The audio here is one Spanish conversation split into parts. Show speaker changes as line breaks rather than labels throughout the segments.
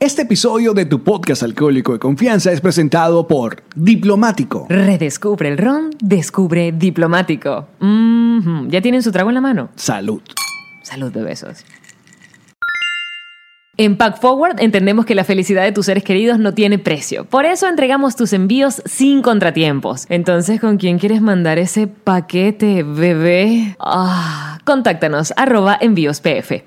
Este episodio de tu podcast alcohólico de confianza es presentado por Diplomático.
Redescubre el ron, descubre diplomático. Mhm. ¿Ya tienen su trago en la mano?
Salud.
Salud de besos. En Pack Forward entendemos que la felicidad de tus seres queridos no tiene precio. Por eso entregamos tus envíos sin contratiempos. Entonces, ¿con quién quieres mandar ese paquete, bebé? Ah, contáctanos arroba envíos pf.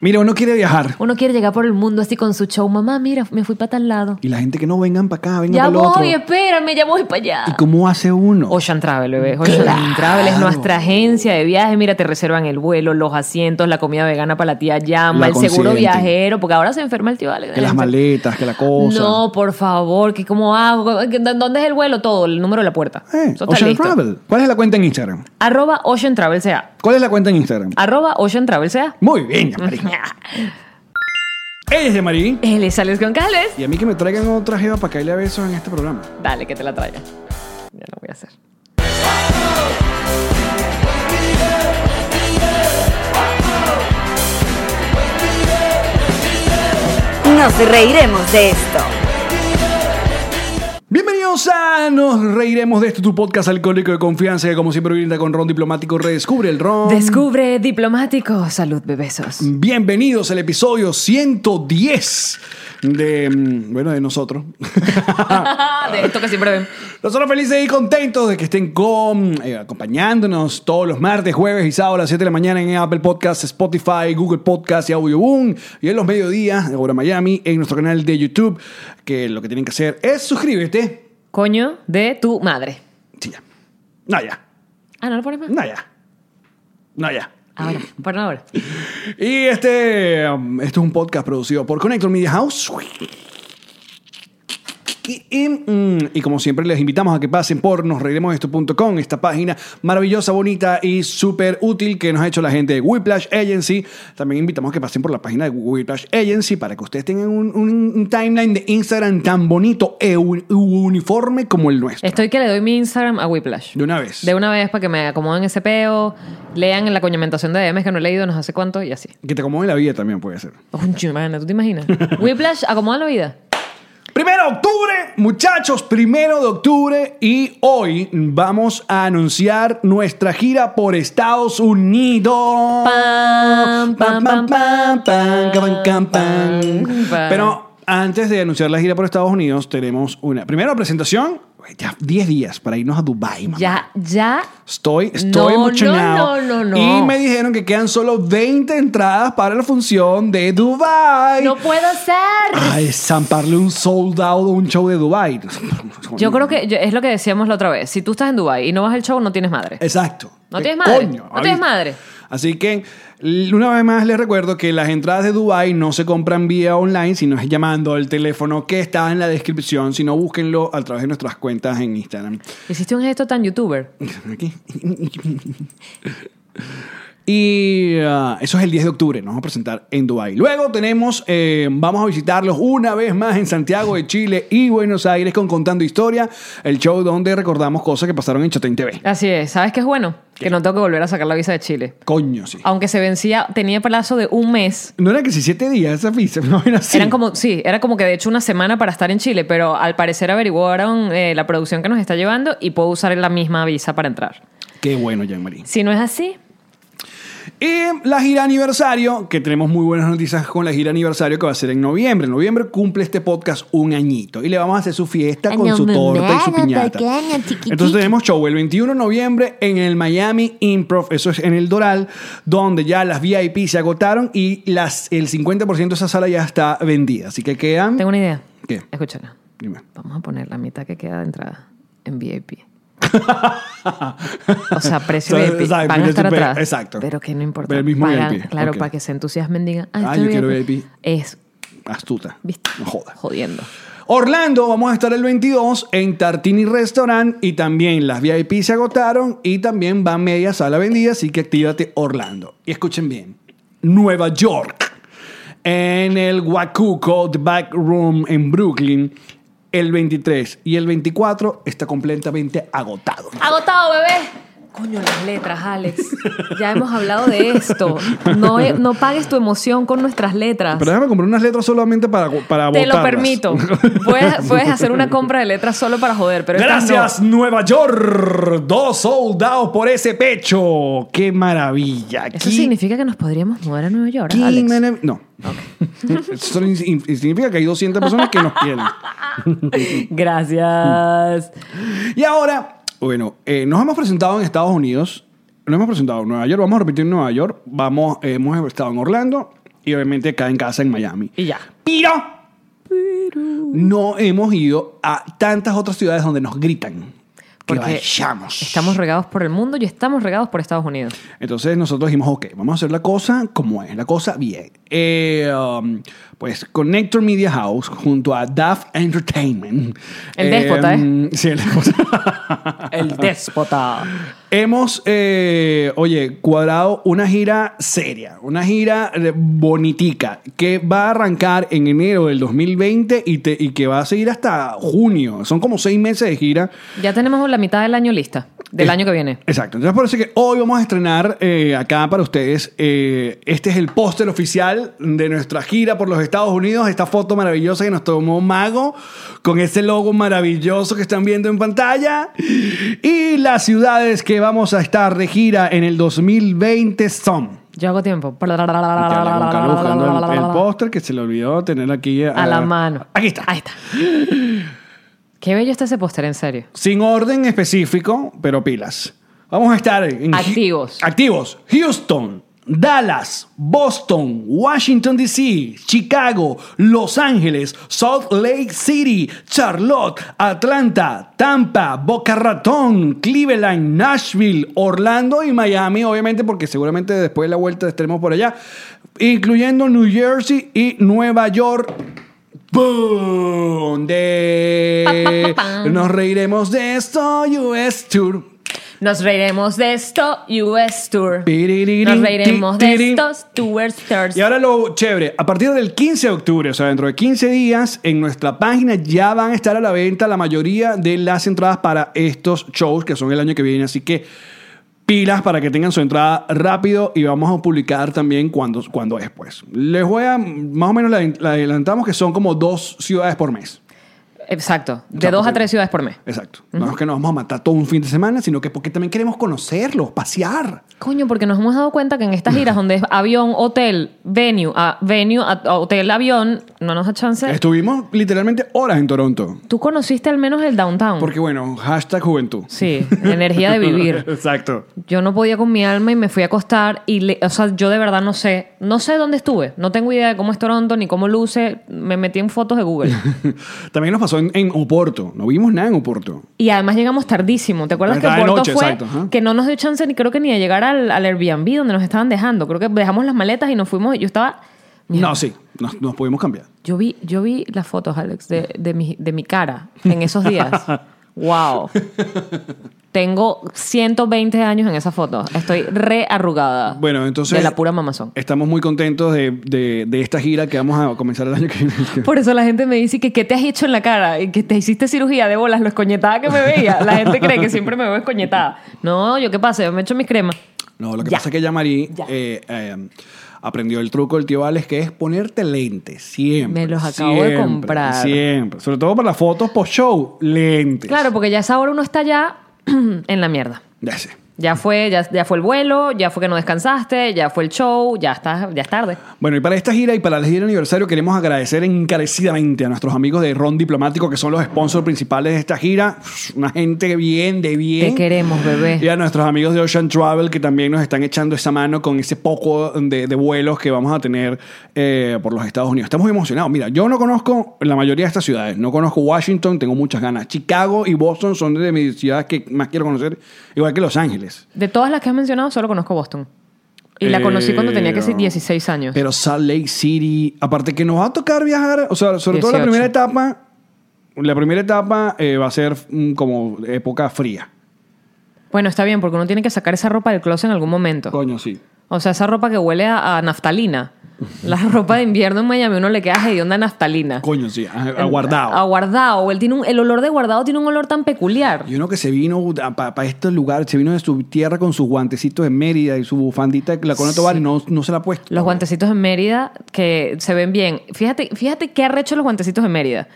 Mira, uno quiere viajar.
Uno quiere llegar por el mundo así con su show. Mamá, mira, me fui para tal lado.
Y la gente que no vengan para acá, vengan
Ya
para
voy, eh,
otro.
espérame, ya voy para allá.
¿Y cómo hace uno?
Ocean Travel, bebé. Ocean
Claro.
Travel es nuestra agencia de viajes. Mira, te reservan el vuelo, los asientos, la comida vegana para la tía
La
Llama, el seguro
consienten.
viajero, porque ahora se enferma el tío Alex.
Que las maletas, que la cosa.
No, por favor, que cómo hago? ¿Qué- dó- ¿Dónde es el vuelo? Todo, el número de la puerta.
Eh,
Eso está
Ocean
listo.
Travel. ¿Cuál es la cuenta en Instagram?
Arroba Ocean Travel sea.
¿Cuál es la cuenta en Instagram?
Arroba Ocean Travel sea.
Muy bien, Yamari. Ella es Yamari.
Él es Alex Goncalves.
Y a mí que me traigan otra jeva para caerle a besos en este programa.
Dale, que te la traiga. Ya no voy a hacer.
Nos reiremos de esto.
Bienvenidos a Nos Reiremos de este tu podcast alcohólico de confianza que como siempre brinda con Ron Diplomático Redescubre el Ron.
Descubre diplomático. Salud, bebesos.
Mm. Bienvenidos al episodio 110 de, mm, bueno, de nosotros.
Ah, de esto que siempre ven.
Nosotros felices y contentos de que estén con, eh, acompañándonos todos los martes, jueves y sábados a las 7 de la mañana en Apple Podcasts, Spotify, Google Podcasts y Audio Boom. Y en los mediodías, ahora Miami, en nuestro canal de YouTube, que lo que tienen que hacer es suscríbete.
Coño de tu madre.
Sí, ya. No, ya.
Ah, no lo pones más.
No, ya. No, ya.
Ahora, por ahora.
Y este, um, este es un podcast producido por Connector Media House. Y, y, mm, y como siempre les invitamos a que pasen por nosreiremosdeesto.com, esta página maravillosa, bonita y súper útil que nos ha hecho la gente de Whiplash Agency. También invitamos a que pasen por la página de Whiplash Agency para que ustedes tengan un, un- un timeline de Instagram tan bonito e un- uniforme como el nuestro.
Estoy que le doy mi Instagram a Whiplash.
De una vez.
Eh, De una vez para que me acomoden ese peo, lean en la coñamentación de DMs que no he leído no sé cuánto y así.
Que te acomoden la vida también puede ser.
Concho, imagina, ¿tú te imaginas? Whiplash, acomodan la vida.
Primero de octubre, muchachos, primero de octubre y hoy vamos a anunciar nuestra gira por Estados Unidos.
Pam, pam, pam, pam,
Pam, pam, pam, pam.
pam.
Pero antes de anunciar la gira por Estados Unidos, tenemos una primera presentación. Ya 10 días para irnos a Dubai, mamá.
Ya, ya.
Estoy, estoy
No,
emocionado.
no, no, no, no.
Y me dijeron que quedan solo 20 entradas para la función de Dubai.
No puedo ser.
Ay, zamparle un sold out a un show de Dubai.
Yo creo que yo- es lo que decíamos la otra vez. Si tú estás en Dubai y no vas al show, no tienes madre.
Exacto.
No
¿Qué
tienes madre.
coño?
No tienes
¿Viste?
madre.
Así que, l- una vez más les recuerdo que las entradas de Dubai no se compran vía online, sino es llamando al teléfono que está en la descripción, sino búsquenlo a través de nuestras cuentas en Instagram.
Hiciste un gesto tan youtuber.
Aquí. Y ah, eso es el 10 de octubre, nos vamos a presentar en Dubai. Luego tenemos, eh, vamos a visitarlos una vez más en Santiago de Chile y Buenos Aires con Contando Historia, el show donde recordamos cosas que pasaron en Chotén TV.
Así es. ¿Sabes qué es bueno? Que no tengo que volver a sacar la visa de Chile.
Coño, sí.
Aunque se vencía, tenía plazo de un mes.
No era que si siete días esa visa, no era así.
Eran como, sí, era como que de hecho una semana para estar en Chile, pero al parecer averiguaron eh, la producción que nos está llevando y puedo usar la misma visa para entrar.
Qué bueno, Jean-Marie.
Si no es así,
Y la gira aniversario, que tenemos muy buenas noticias con la gira aniversario que va a ser en noviembre. En noviembre cumple este podcast un añito y le vamos a hacer su fiesta con su torta y su piñata. Entonces tenemos show el 21 de noviembre en el Miami Improv, eso es en el Doral, donde ya las VIP se agotaron y las, el 50% de esa sala ya está vendida. Así que quedan...
Tengo una idea.
¿Qué?
Escúchala.
Dime.
Vamos a poner la mitad que queda de entrada en VIP. O sea, precio
O sea,
VIP.
exacto,
Van a
mira,
estar
tú pe-
atrás.
exacto.
Pero que no importa.
Pero el mismo
Pagan,
VIP,
Claro,
ok.
para que se entusiasmen, digan,
Ah,
ah, estoy
yo quiero VIP.
Es,
Astuta.
viste,
No joda.
jodiendo.
Orlando, vamos a estar el 22 en Tartini Restaurant y también las VIP se agotaron y también van media sala vendida, así que actívate Orlando. Y escuchen bien, Nueva York, en el Wakuco The Back Room en Brooklyn, el 23 y el 24 está completamente agotado.
Agotado, bebé. Coño, las letras, Alex. Ya hemos hablado de esto. No, e- no pagues tu emoción con nuestras letras.
Pero déjame comprar unas letras solamente para, para
Te lo
botarlas.
permito. Puedes, puedes hacer una compra de letras solo para joder, pero estas no.
Gracias, Nueva York. Dos soldados por ese pecho. Qué maravilla.
Eso
Qué-
significa que nos podríamos mudar a Nueva York,
qué
Alex.
marav- No. Eso solo in- in- significa que hay 200 personas que nos quieren.
Gracias.
Y ahora, bueno, eh, nos hemos presentado en Estados Unidos. Nos hemos presentado en Nueva York. Vamos a repetir en Nueva York. Vamos, eh, hemos estado en Orlando. Y obviamente acá en casa en Miami.
Y ya.
Pero, no hemos ido a tantas otras ciudades donde nos gritan. Que
Porque
vayamos.
Estamos regados por el mundo y estamos regados por Estados Unidos.
Entonces nosotros dijimos, ok, vamos a hacer la cosa como es, la cosa bien. Eh, um, pues Connector Media House junto a Daft Entertainment.
El déspota,
mm, Sí, el déspota.
El déspota.
Hemos, eh, oye, cuadrado una gira seria, una gira eh, bonitica, que va a arrancar en enero del 2020 y, te- y que va a seguir hasta junio. Son como seis meses de gira.
Ya tenemos la mitad del año lista, del
Eh,
año que viene.
Exacto. Entonces, por eso que hoy vamos a estrenar eh, acá para ustedes. eh, este es el póster oficial de nuestra gira por los Estados Unidos. Esta foto maravillosa que nos tomó Mago con ese logo maravilloso que están viendo en pantalla. Y las ciudades que vamos a estar de gira en el 2020 son.
Yo hago tiempo.
Ya le hago un calor buscando el, el póster que se le olvidó tener aquí eh,
A la mano.
Aquí está.
Ahí está. Qué bello está ese póster, en serio.
Sin orden específico, pero pilas. Vamos a estar en
Activos.
activos. Houston, Dallas, Boston, Washington DC, Chicago, Los Ángeles, Salt Lake City, Charlotte, Atlanta, Tampa, Boca Ratón, Cleveland, Nashville, Orlando y Miami, obviamente, porque seguramente después de la vuelta estaremos por allá, incluyendo New Jersey y Nueva York. ¡Boom! De...
Pa, pa, pa, pa.
Nos reiremos de esto, US Tour.
Nos reiremos de esto, US Tour.
Piriririn,
Nos reiremos de
tiririn.
estos, Tours Tours.
Y ahora lo chévere, a partir del 15 de octubre, o sea, dentro de 15 días, en nuestra página ya van a estar a la venta la mayoría de las entradas para estos shows que son el año que viene. Así que pilas para que tengan su entrada rápido y vamos a publicar también cuando, cuando es, pues. Les voy a, más o menos la, la adelantamos que son como dos ciudades por mes.
Exacto.
O
De
sea,
dos a
porque-
tres ciudades por mes.
Exacto. No es que nos vamos a matar todo un fin de semana, sino que porque también queremos conocerlos, pasear.
Coño, porque nos hemos dado cuenta que en estas giras donde es avión, hotel, venue, a venue, a- a hotel, avión, no nos da chance.
Estuvimos literalmente horas en Toronto.
Tú conociste al menos el downtown.
Porque bueno, hashtag juventud.
Sí, la energía de vivir.
Exacto.
Yo no podía con mi alma y me fui a acostar y, le- o sea, yo de verdad no sé, no sé dónde estuve, no tengo idea de cómo es Toronto ni cómo luce, me metí en fotos de Google.
También nos pasó en, en Oporto. No vimos nada en Oporto.
Y además llegamos tardísimo, ¿te acuerdas que
Estaba de
Porto
noche,
fue
exacto, ajá.
que no nos dio chance ni creo que ni de llegar al, al Airbnb donde nos estaban dejando, creo que dejamos las maletas y nos fuimos y yo estaba... Mira,
No, sí. Nos, nos pudimos cambiar.
Yo vi, yo vi las fotos, Alex, de, de mi, de mi cara en esos días. ¡Wow! Tengo 120 años en esa foto. Estoy re arrugada.
Bueno, entonces... Eh.
De la pura mamazón.
Estamos muy contentos de, de- de esta gira que vamos a comenzar el año que viene.
Por eso la gente me dice que qué te has hecho en la cara y que te hiciste cirugía de bolas, lo escoñetada que me veía. La gente cree que siempre me veo escoñetada. No, yo qué pasa, yo me echo mis cremas.
No, lo que
Ya.
pasa es que ya Marí
Ya.
eh, eh, aprendió el truco del tío Alex, que es ponerte lentes siempre.
Me los acabo de
siempre,
comprar.
Siempre. Sobre todo para las fotos post-show, lentes.
Claro, porque ya a esa hora uno está ya en la mierda.
Ya sé.
Ya fue, ya, ya fue el vuelo, ya fue que no descansaste, ya fue el show, ya está, ya es tarde.
Bueno, y para esta gira y para el gira aniversario queremos agradecer encarecidamente a nuestros amigos de Ron Diplomático, que son los sponsors principales de esta gira. Una gente bien, de bien.
Te queremos, bebé.
Y a nuestros amigos de Ocean Travel, que también nos están echando esa mano con ese poco de, de vuelos que vamos a tener eh, por los Estados Unidos. Estamos emocionados. Mira, yo no conozco la mayoría de estas ciudades. No conozco Washington, tengo muchas ganas. Chicago y Boston son de mis ciudades que más quiero conocer, igual que Los Ángeles.
De todas las que has mencionado, solo conozco Boston. Y la conocí cuando tenía que
ser
ser 16 años.
Eh, Pero Salt Lake City, aparte que nos va a tocar viajar, o sea, sobre todo la
18.
primera etapa, la primera etapa eh, va a ser mm, como época fría.
Bueno, está bien, porque uno tiene que sacar esa ropa del closet en algún momento.
Coño, sí.
O sea, esa ropa que huele a, a naftalina. La ropa de invierno en Miami uno le queda hedionda a naftalina.
Coño, sí.
Ah,
Aguardado.
A guardado. Él tiene un- el olor de guardado tiene un olor tan peculiar.
Y uno que se vino para este lugar, se vino de su tierra con sus guantecitos de Mérida y su bufandita de la Corona Tobar y no, no se la ha puesto.
Los guantecitos en Mérida que se ven bien. Fíjate, fíjate qué arrecho los guantecitos en Mérida.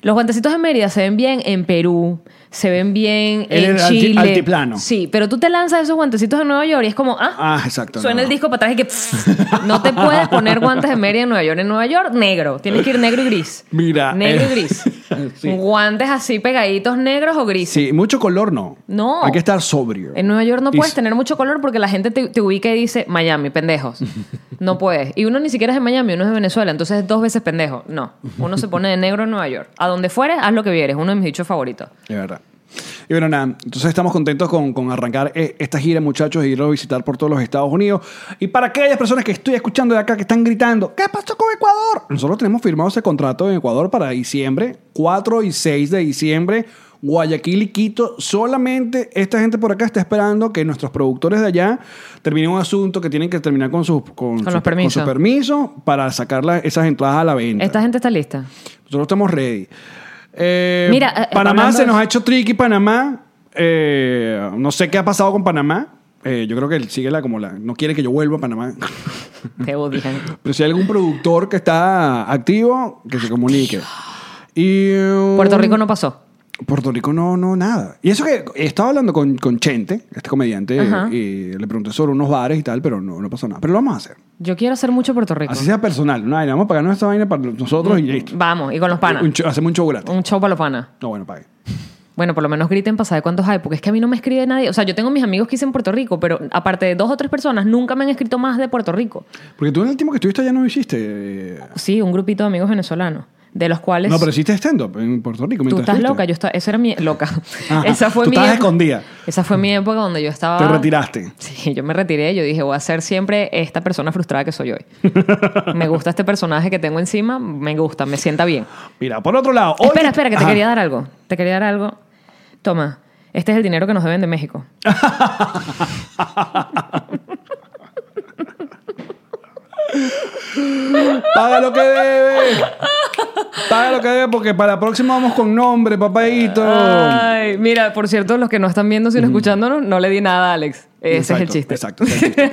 Los guantecitos en Mérida se ven bien en Perú, se ven bien
Él
en
era alti-
Chile.
altiplano.
Sí, pero tú te lanzas esos guantecitos en Nueva York y es como, ah,
Ah, exacto.
suena
no.
el disco para atrás y que pss, no te puedes poner guantes de Mérida en Nueva York. En Nueva York, negro. Tienes que ir negro y gris.
Mira,
Negro
eh,
y gris.
sí.
Guantes así pegaditos negros o grises.
Sí, mucho color no.
No.
Hay que estar sobrio.
En Nueva York no
Y
puedes
s-
tener mucho color porque la gente te, te ubica y dice Miami, pendejos. No puedes. Y uno ni siquiera es de Miami, uno es de Venezuela, entonces es dos veces pendejo. No. Uno se pone de negro en Nueva York. A donde fueres, haz lo que vieres. Uno de mis dichos favoritos.
De verdad. Y bueno, nada, entonces estamos contentos con, con arrancar eh, esta gira, muchachos, e irlo a visitar por todos los Estados Unidos. Y para aquellas personas que estoy escuchando de acá que están gritando, ¿qué pasó con Ecuador? Nosotros tenemos firmado ese contrato en Ecuador para diciembre, 4 y 6 de diciembre, Guayaquil y Quito. Solamente esta gente por acá está esperando que nuestros productores de allá terminen un asunto que tienen que terminar con sus, con
los
sus- con
permisos.
sus permisos para sacar la- esas entradas a la venta.
Esta gente está lista.
Nosotros estamos ready. Eh,
Mira, eh,
Panamá
hablando
se
de-
nos ha hecho tricky Panamá. Eh, no sé qué ha pasado con Panamá. Eh, yo creo que él sigue la como la. No quiere que yo vuelva a Panamá.
Te odian.
Pero si hay algún productor que está activo, que se comunique. Y, eh,
Puerto Rico no pasó.
Puerto Rico no, no, nada. Y eso que estaba hablando con, con Chente, este comediante,
Ajá.
y le pregunté sobre unos bares y tal, pero no, no pasó nada. Pero lo vamos a hacer.
Yo quiero hacer mucho Puerto Rico.
Así sea personal. No, vamos a pagarnos esta vaina para nosotros y listo.
Vamos, y con los panas.
Un show- hacemos un show gratis.
Un show para los panas.
No, bueno, pague.
Bueno, por lo menos griten para saber cuántos hay, porque es que a mí no me escribe nadie. O sea, yo tengo mis amigos que hice en Puerto Rico, pero aparte de dos o tres personas, nunca me han escrito más de Puerto Rico.
Porque tú en el tiempo que estuviste allá no hiciste. eh,
Sí, un grupito de amigos venezolanos, de los cuales...
No, pero hiciste stand-up en Puerto Rico.
Tú
mientras
estás
estuviste.
loca, yo estaba, esa era mi loca.
Ajá.
Esa
Ah,
fue
Tú
mi
estabas
época-
escondida.
Esa fue mi época donde yo estaba
Te retiraste.
Sí, yo me retiré, yo dije, voy a ser siempre esta persona frustrada que soy hoy. me gusta este personaje que tengo encima, me gusta, me sienta bien.
Mira, por otro lado. hoy-
Espera, espera, que te
Ajá.
quería dar algo. Te quería dar algo. Toma, este es el dinero que nos deben de México.
Paga lo que debe. Paga lo que debe porque para la próxima vamos con nombre, papadito.
Ay, mira, por cierto, los que no están viendo sino escuchándonos, no le di nada a Alex. Ese es el
Exacto,
chiste.
Exacto. ese es el chiste.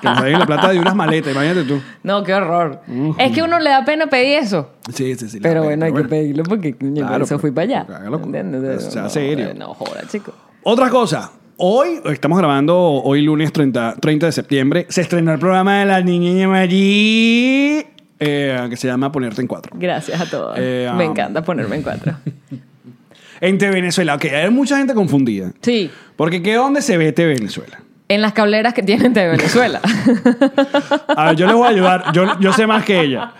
que nos den la plata de unas maletas, imagínate tú.
No, qué horror. Es que a uno le da pena pedir eso.
Sí, sí, sí. la pena,
Pero bueno, hay que pedirlo porque coño,
Claro,
por eso
pero-
fui para allá.
hágalo,
¿Entiendes?
pero
No,
sea
no,
serio.
No, joda, chico.
Otra cosa. Hoy, estamos grabando hoy lunes 30, 30 de septiembre, se estrenó el programa de la niña Marí, eh, que se llama Ponerte en Cuatro.
Gracias a todos.
Eh,
Me
um,
encanta ponerme en cuatro.
Entre Venezuela, ok, hay mucha gente confundida.
Sí.
Porque ¿qué dónde se ve este Venezuela?
En las cableras que tienen de Venezuela.
A ver, yo les voy a ayudar, yo, yo sé más que ella.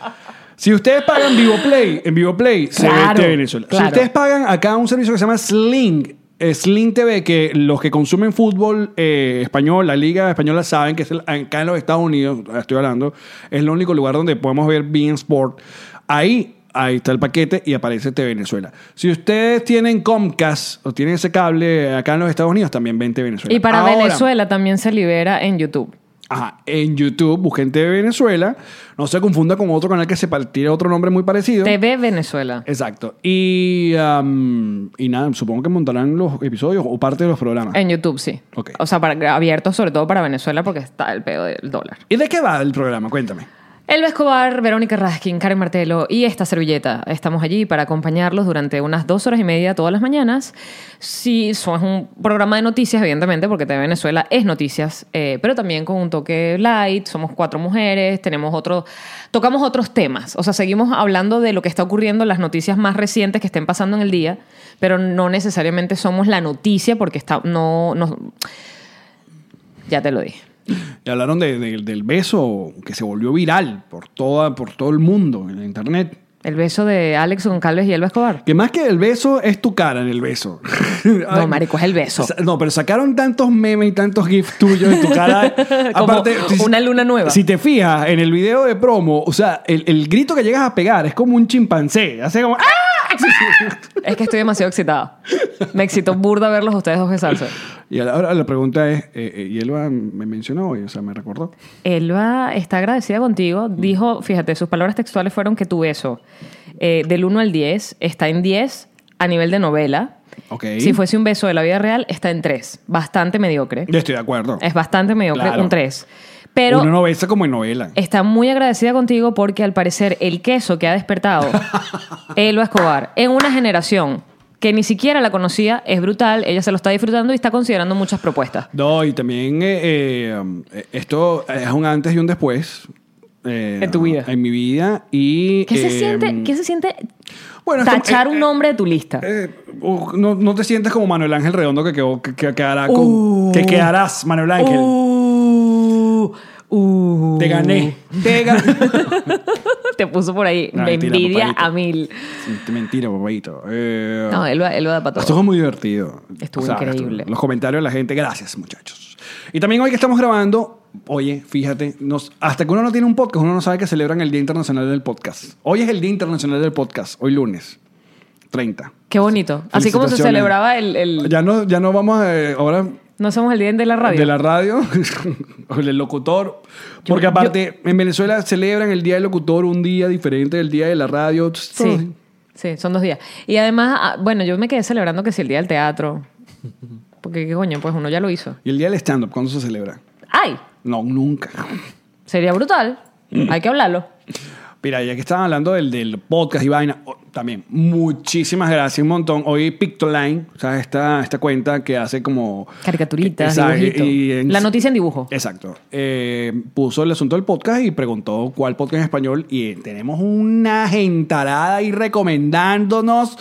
Si ustedes pagan VivoPlay, en VivoPlay se ve
Claro,
este Venezuela. Si
claro.
ustedes pagan acá un servicio que se llama Sling, eh, Sling TV, que los que consumen fútbol eh, español, la liga española saben que es el- acá en los Estados Unidos, estoy hablando, es el único lugar donde podemos ver Bean Sport. Ahí Ahí está el paquete y aparece TV Venezuela. Si ustedes tienen Comcast o tienen ese cable acá en los Estados Unidos, también ven TV Venezuela.
y para
Ahora,
Venezuela también se libera en YouTube.
Ajá, en YouTube, busquen TV Venezuela. No se confunda con otro canal que se par- tiene otro nombre muy parecido.
TV Venezuela.
Exacto. Y, am, y nada, supongo que montarán los episodios o parte de los programas.
En YouTube, sí.
Ok.
O sea, para, abierto sobre todo para Venezuela porque está el pedo del dólar.
¿Y de qué va el programa? Cuéntame.
Elba Escobar, Verónica Raskin, Karen Martelo y esta servilleta. Estamos allí para acompañarlos durante unas dos horas y media todas las mañanas. Sí, eso es un programa de noticias, evidentemente, porque TV Venezuela es noticias, eh, pero también con un toque light. Somos cuatro mujeres, tenemos otro, tocamos otros temas. O sea, seguimos hablando de lo que está ocurriendo, las noticias más recientes que estén pasando en el día, pero no necesariamente somos la noticia porque está, no, no, ya te lo dije.
Y hablaron de- de- del beso que se volvió viral por, toda, por todo el mundo en la internet.
El beso de Alex Goncalves y Elba Escobar.
Que más que el beso es tu cara en el beso.
No, marico, es el beso.
Sa- No, pero sacaron tantos memes y tantos gifs tuyos de tu cara.
Como una luna nueva.
Si te fijas en el video de promo, o sea, el, el grito que llegas a pegar es como un chimpancé. Hace como ¡Ah!
Es que estoy demasiado excitada. Me excitó burda verlos a ustedes dos besarse.
Y ahora la pregunta es, eh, eh, ¿y Elba me mencionó hoy? O sea, me recordó.
Elba está agradecida contigo. Dijo, fíjate, sus palabras textuales fueron que tu beso eh, del 1 al 10 está en 10 a nivel de novela.
Ok.
Si fuese un beso de la vida real, está en 3. Bastante mediocre.
Yo estoy de acuerdo.
Es bastante mediocre,
Claro.
un 3. Pero
Uno no besa como en novela.
está muy agradecida contigo porque al parecer el queso que ha despertado Elba Escobar en una generación que ni siquiera la conocía es brutal. Ella se lo está disfrutando y está considerando muchas propuestas.
No, y también eh, eh, um, eh, esto es un antes y un después. eh,
En tu vida.
En mi vida. Y,
¿Qué se
eh,
siente? ¿Qué se siente
bueno, es como-
tachar
eh,
un
eh,
nombre de tu lista?
eh, uh, no, no te sientes como Manuel Ángel Redondo que, quedó, que, que quedará con-
Uh.
que quedarás, Manuel Ángel.
Uh, uh.
Te gané. Te gané.
Te puso por ahí.
No,
Me
mentira,
envidia
papadito.
a mil.
Mentira, papadito. Eh,
No, Elba, Elba da para todo.
Esto fue muy divertido.
Estuvo increíble.
los comentarios de la gente, gracias muchachos. Y también hoy que estamos grabando, oye, fíjate, nos, hasta que uno no tiene un podcast, uno no sabe que celebran el Día Internacional del Podcast. Hoy es el Día Internacional del Podcast, hoy lunes, 30.
Qué bonito. Así como se
Felicitaciones.
celebraba el... el-
Ya no, ya no vamos a, eh, ahora
No somos el día de la radio.
de la radio, o del locutor, porque
Yo-
aparte en Venezuela celebran el Día del Locutor un día diferente del Día de la Radio.
Sí, sí, son dos días. Y además, ah, bueno, yo me quedé celebrando que si el día del teatro. Porque, ¿qué coño? Pues uno ya lo hizo.
¿Y el Día del Stand-Up cuándo se celebra?
¡Ay!
No, nunca.
Sería brutal. Hay que hablarlo.
Mira, ya que estaban hablando del, del podcast y vaina, oh, también muchísimas gracias, un montón. Hoy Pictoline, o sea, esta, esta cuenta que hace como...
Caricaturitas,
Exacto,
dibujitos. La noticia en dibujo.
Exacto. Eh, puso el asunto del podcast y preguntó cuál podcast en español y eh, tenemos una gentarada ahí recomendándonos.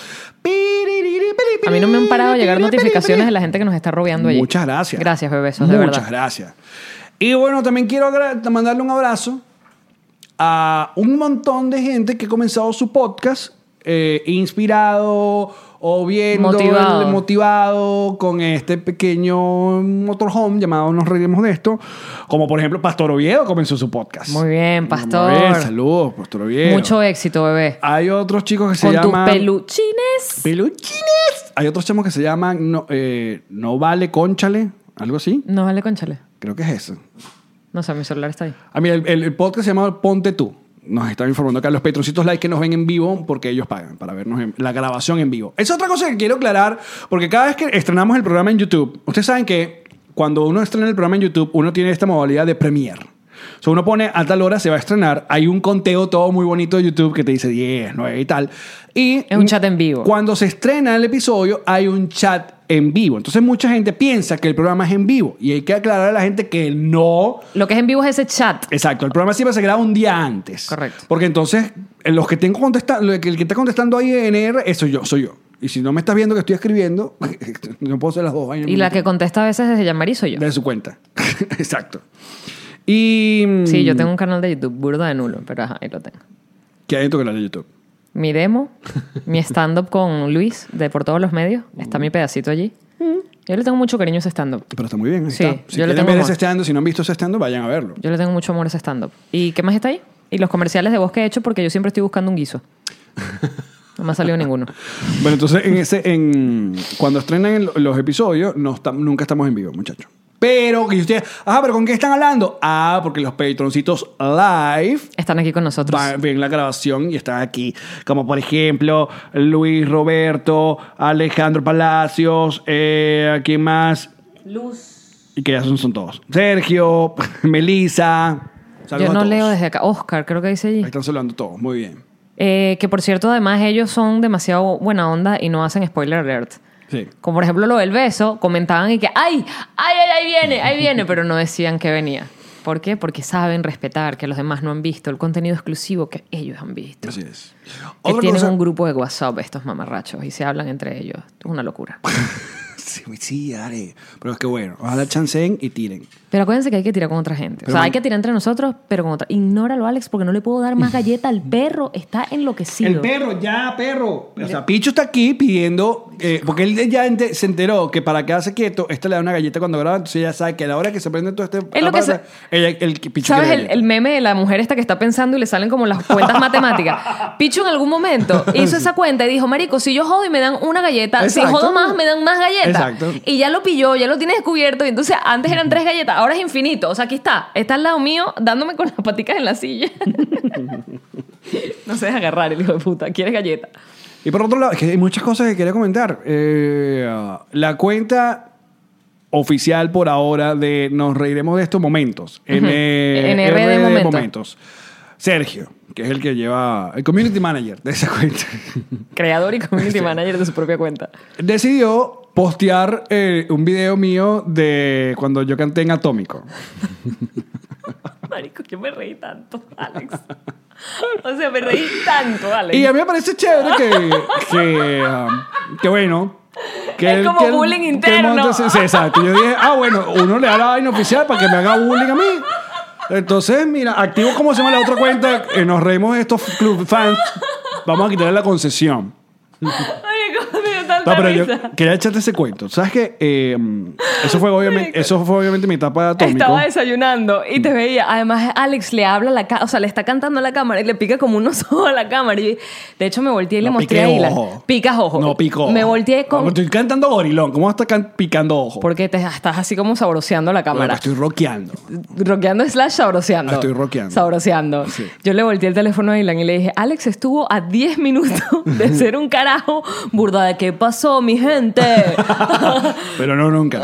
A mí no me han parado de llegar notificaciones de la gente que nos está rodeando allí.
Muchas gracias.
Gracias, bebés.
Muchas
De verdad.
gracias. Y bueno, también quiero agra- mandarle un abrazo a un montón de gente que ha comenzado su podcast eh, inspirado o viendo
Motivado.
el- motivado con este pequeño motorhome llamado Nos Reiremos de Esto. Como por ejemplo Pastor Oviedo comenzó su podcast.
Muy bien, Pastor.
Muy bien, saludos, Pastor Oviedo.
Mucho éxito, bebé.
Hay otros chicos que se
Con tus
llaman...
peluchines.
Peluchines. Hay otros chamos que se llaman No, eh, no Vale Conchale, algo así.
No, vale, conchale.
Creo que es eso.
No sé, mi celular está ahí.
Ah, mira, el, el- el podcast se llama Ponte Tú. Nos están informando acá los patroncitos like que nos ven en vivo porque ellos pagan para vernos en, la grabación en vivo. Es otra cosa que quiero aclarar porque cada vez que estrenamos el programa en YouTube, ustedes saben que cuando uno estrena el programa en YouTube, uno tiene esta modalidad de premiere. O sea, uno pone a tal hora se va a estrenar, hay un conteo todo muy bonito de YouTube que te dice 10, 9 y tal. Y
Es un chat en vivo.
cuando se estrena el episodio, hay un chat en vivo. Entonces mucha gente piensa que el programa es en vivo y hay que aclarar a la gente que no
Lo que es en vivo es ese chat.
Exacto, el programa siempre se graba un día antes.
Correcto.
Porque entonces, en los que tengo contestando, el que está contestando ahí en R, eso yo, soy yo. Y si no me estás viendo que estoy escribiendo, no puedo hacer las dos. vainas
Y
al
la
mismo
que contesta a veces desde Yamari soy yo.
tiempo. De su cuenta. Exacto. Y.
Sí, yo tengo un canal de YouTube, burda de nulo, pero ajá, ahí lo tengo.
¿Qué hay en tu canal de YouTube?
Mi demo, mi stand-up con Luis, de por todos los medios, está mi pedacito allí. Yo le tengo mucho cariño a ese stand-up.
Pero está muy bien. ahí
Sí,
está. Si
yo le
quieren
tengo
ver
amor.
ese stand si no han visto ese stand vayan a verlo.
Yo le tengo mucho amor a ese stand-up. ¿Y qué más está ahí? Y los comerciales de voz que he hecho, porque yo siempre estoy buscando un guiso. No me ha salido ninguno.
Bueno, entonces, en ese, en, cuando estrenan el- los episodios, no estam- nunca estamos en vivo, muchachos. Pero, que ustedes, ajá, pero ¿con qué están hablando? Ah, porque los patroncitos live
Están aquí con nosotros.
va- ven la grabación y están aquí. Como por ejemplo, Luis Roberto, Alejandro Palacios, eh, ¿quién más? Luz. Y que ya son, son todos. Sergio, Melissa, Saludos
Yo
a
no
todos.
leo desde acá. Oscar, creo que dice allí.
Ahí están saludando todos, muy bien.
Eh, que por cierto, además, ellos son demasiado buena onda y no hacen spoiler alert.
Sí.
Como por ejemplo lo del beso, comentaban y que ¡ay! ¡ay, ay, ahí viene! ¡ahí viene! Pero no decían que venía. ¿Por qué? Porque saben respetar que los demás no han visto el contenido exclusivo que ellos han visto.
Así es.
Que
Otra
tienen
cosa-
un grupo de WhatsApp estos mamarrachos y se hablan entre ellos. Es una locura.
Sí, sí, dale. Pero es que bueno, ojalá chanceen y tiren.
Pero acuérdense que hay que tirar con otra gente. o
Pero-
sea, hay que tirar entre nosotros, pero con otra. Ignóralo, Alex, porque no le puedo dar más galleta. El perro está enloquecido.
El perro, ya, perro. O sea, Pichu está aquí pidiendo, eh, porque él ya ente- se enteró que para quedarse quieto, esta le da una galleta cuando graba, entonces ya sabe que a la hora que se prende todo este...
Es lo que se-
ella- el que- Pichu
¿Sabes
quiere
el,
galleta.
el meme de la mujer esta que está pensando y le salen como las cuentas matemáticas? Pichu en algún momento hizo esa cuenta y dijo, marico, si yo jodo y me dan una galleta, si
Exacto.
jodo más, me dan más galletas.
Exacto.
Y ya lo pilló, ya lo tiene descubierto. Y entonces antes eran tres galletas, ahora es infinito. O sea, aquí está. Está al lado mío dándome con las paticas en la silla. no se deja agarrar el hijo de puta. Quiere galleta.
Y por otro lado, es que hay muchas cosas que quería comentar. Eh, la cuenta oficial por ahora de Nos Reiremos de estos momentos. N-
NR de
R
momento.
Sergio, que es el que lleva el community manager de esa cuenta,
Creador y community manager de su propia cuenta.
decidió postear eh, un video mío de cuando yo canté en Atómico.
Marico, yo me reí tanto, Alex. O sea, me reí tanto, Alex.
Y a mí me parece chévere que, que, um, que bueno. Que
Es
el-
como
que el-
bullying
que el
interno.
monte- sí, sí, exacto. Yo dije, ah, bueno, uno le da la vaina oficial para que me haga bullying a mí. Entonces, mira, activo como se llama la otra cuenta. eh, nos reímos de estos club fans. Vamos a quitarle la concesión.
Marico, me dio tanta
No, pero yo
risa.
quería echarte ese cuento. ¿Sabes qué? Eh, eso, fue obviamente,
Marico.
eso fue obviamente mi etapa de atómico.
Estaba desayunando y te veía. Además, Alex le habla a la cámara, o sea, le está cantando a la cámara y le pica como unos ojos a la cámara. Y de hecho, me volteé y le
No,
mostré a
piqué
Ila.
ojo.
Picas ojo.
No, pico.
Me volteé con.
No, estoy cantando gorilón. ¿Cómo está picando ojo?
Porque te estás así como sabroseando la
Bueno,
cámara.
Estoy rockeando.
Roqueando slash sabroseando.
Ah, estoy roqueando.
Sabroseando.
Sí.
Yo le volteé el teléfono a Ilan y le dije, Alex estuvo a 10 minutos de ser un carajo burda de qué pasó, mi gente.
Pero no nunca.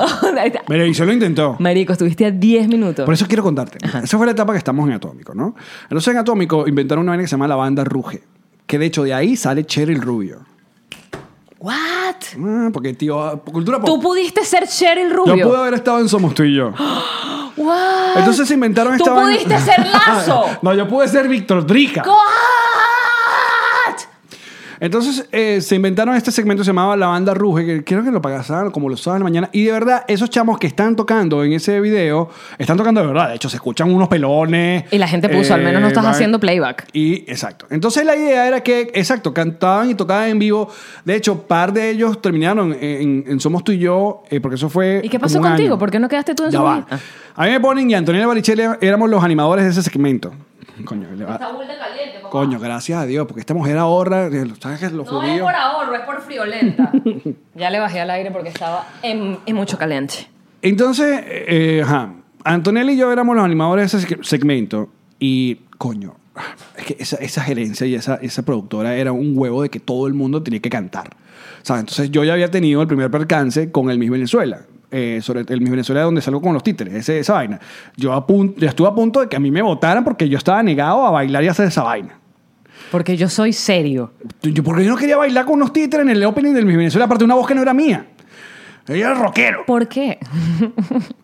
Pero y se lo intentó.
Marico, estuviste a 10 minutos.
Por eso quiero contarte. Esa fue la etapa que estamos en Atómico, ¿no? Entonces en Atómico inventaron una vaina que se llama la banda Ruge. Que de hecho de ahí sale Cheryl Rubio.
What?
Ah, porque tío, cultura pop.
Tú pudiste ser Cheryl
Yo
Rubio.
pude haber estado en Somos tú y yo.
What?
Entonces se inventaron
Tú
esta vaina-
pudiste ser Lazo.
no, yo pude ser Víctor Drica.
What?
Entonces eh, se inventaron este segmento que se llamaba La Banda Ruge, que creo que lo pagaban como los sábados de la mañana. Y de verdad, esos chamos que están tocando en ese video, están tocando de verdad. De hecho, se escuchan unos pelones. eh,
Y la gente puso, al menos no estás haciendo playback.
Y exacto. Entonces la idea era que, exacto, cantaban y tocaban en vivo. De hecho, par de ellos terminaron en, en Somos tú y yo, eh, porque eso fue.
¿Y qué pasó
como un
contigo?
año.
¿Por qué no quedaste tú en
Ya
Somos
va.
tú y yo?
A mí me ponen y Antonella Barichelli éramos los animadores de ese segmento. Coño, le va- Coño, gracias a Dios, porque esta mujer ahorra, eh, ¿sabes que los judíos?
ahorro, es por friolenta. ya le bajé al aire porque estaba en, en mucho caliente.
Entonces, eh, ajá, Antonella y yo éramos los animadores de ese se- segmento y, coño, es que esa, esa gerencia y esa, esa productora era un huevo de que todo el mundo tenía que cantar. ¿sabes? Entonces yo ya había tenido el primer percance con el Miss Venezuela. eh, sobre el Miss Venezuela donde salgo con los títeres, ese- esa vaina. Yo, a punto, yo estuve a punto de que a mí me votaran porque yo estaba negado a bailar y hacer esa vaina.
Porque yo soy serio.
Yo, porque yo no quería bailar con unos títeres en el opening del Miss Venezuela, aparte una voz que no era mía. Ella era rockero.
¿Por qué?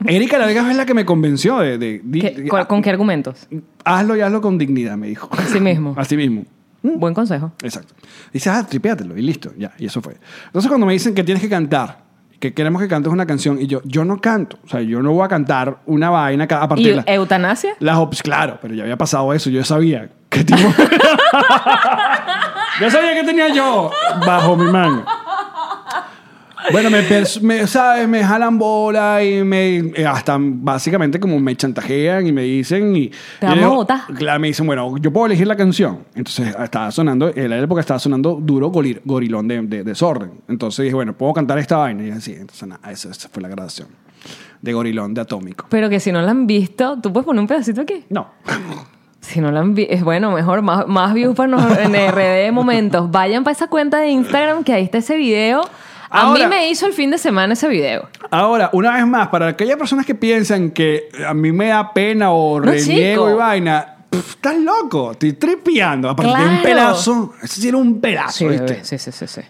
Erika Largas es la que me convenció de... de- de-
¿Qué-
de-
cuál- ¿Con qué argumentos?
Hazlo y hazlo con dignidad, me dijo.
Así mismo. Mm.
Así mismo. Mm.
Buen consejo.
Exacto. Dices, ah, tripéatelo y listo, ya, y eso fue. Entonces cuando me dicen que tienes que cantar, que queremos que cantes una canción, y yo, yo no canto, o sea, yo no voy a cantar una vaina ca- a partir
¿Y
de la-
eutanasia?
las ops, claro, pero ya había pasado eso, yo sabía que tipo... yo sabía que tenía yo bajo mi mano. Bueno, me, pers- me, ¿sabes? Me jalan bola y me eh, hasta básicamente como me chantajean y me dicen y...
Te
y
vamos
le digo-
a botar.
Claro, me dicen, bueno, yo puedo elegir la canción. Entonces ah, estaba sonando, en la época estaba sonando duro golir- gorilón de, de- desorden. Entonces dije, bueno, puedo cantar esta vaina. Y así, entonces nada, esa, esa fue la grabación de gorilón de Atómico.
Pero que si no la han visto, tú puedes poner un pedacito aquí.
No.
Si no la han visto, es bueno, mejor, más, más views para nos- en RD de momentos. Vayan para esa cuenta de Instagram que ahí está ese video. A mí
Ahora-
me hizo el fin de semana ese video.
Ahora, una vez más, para aquellas personas que piensan que a mí me da pena o
No,
reniego
chico.
y vaina, pff, estás loco, estoy tripeando. Aparte de un
Claro.
pedazo, ese sí era un pedazo, ¿viste?
bebé, sí, sí, sí, sí.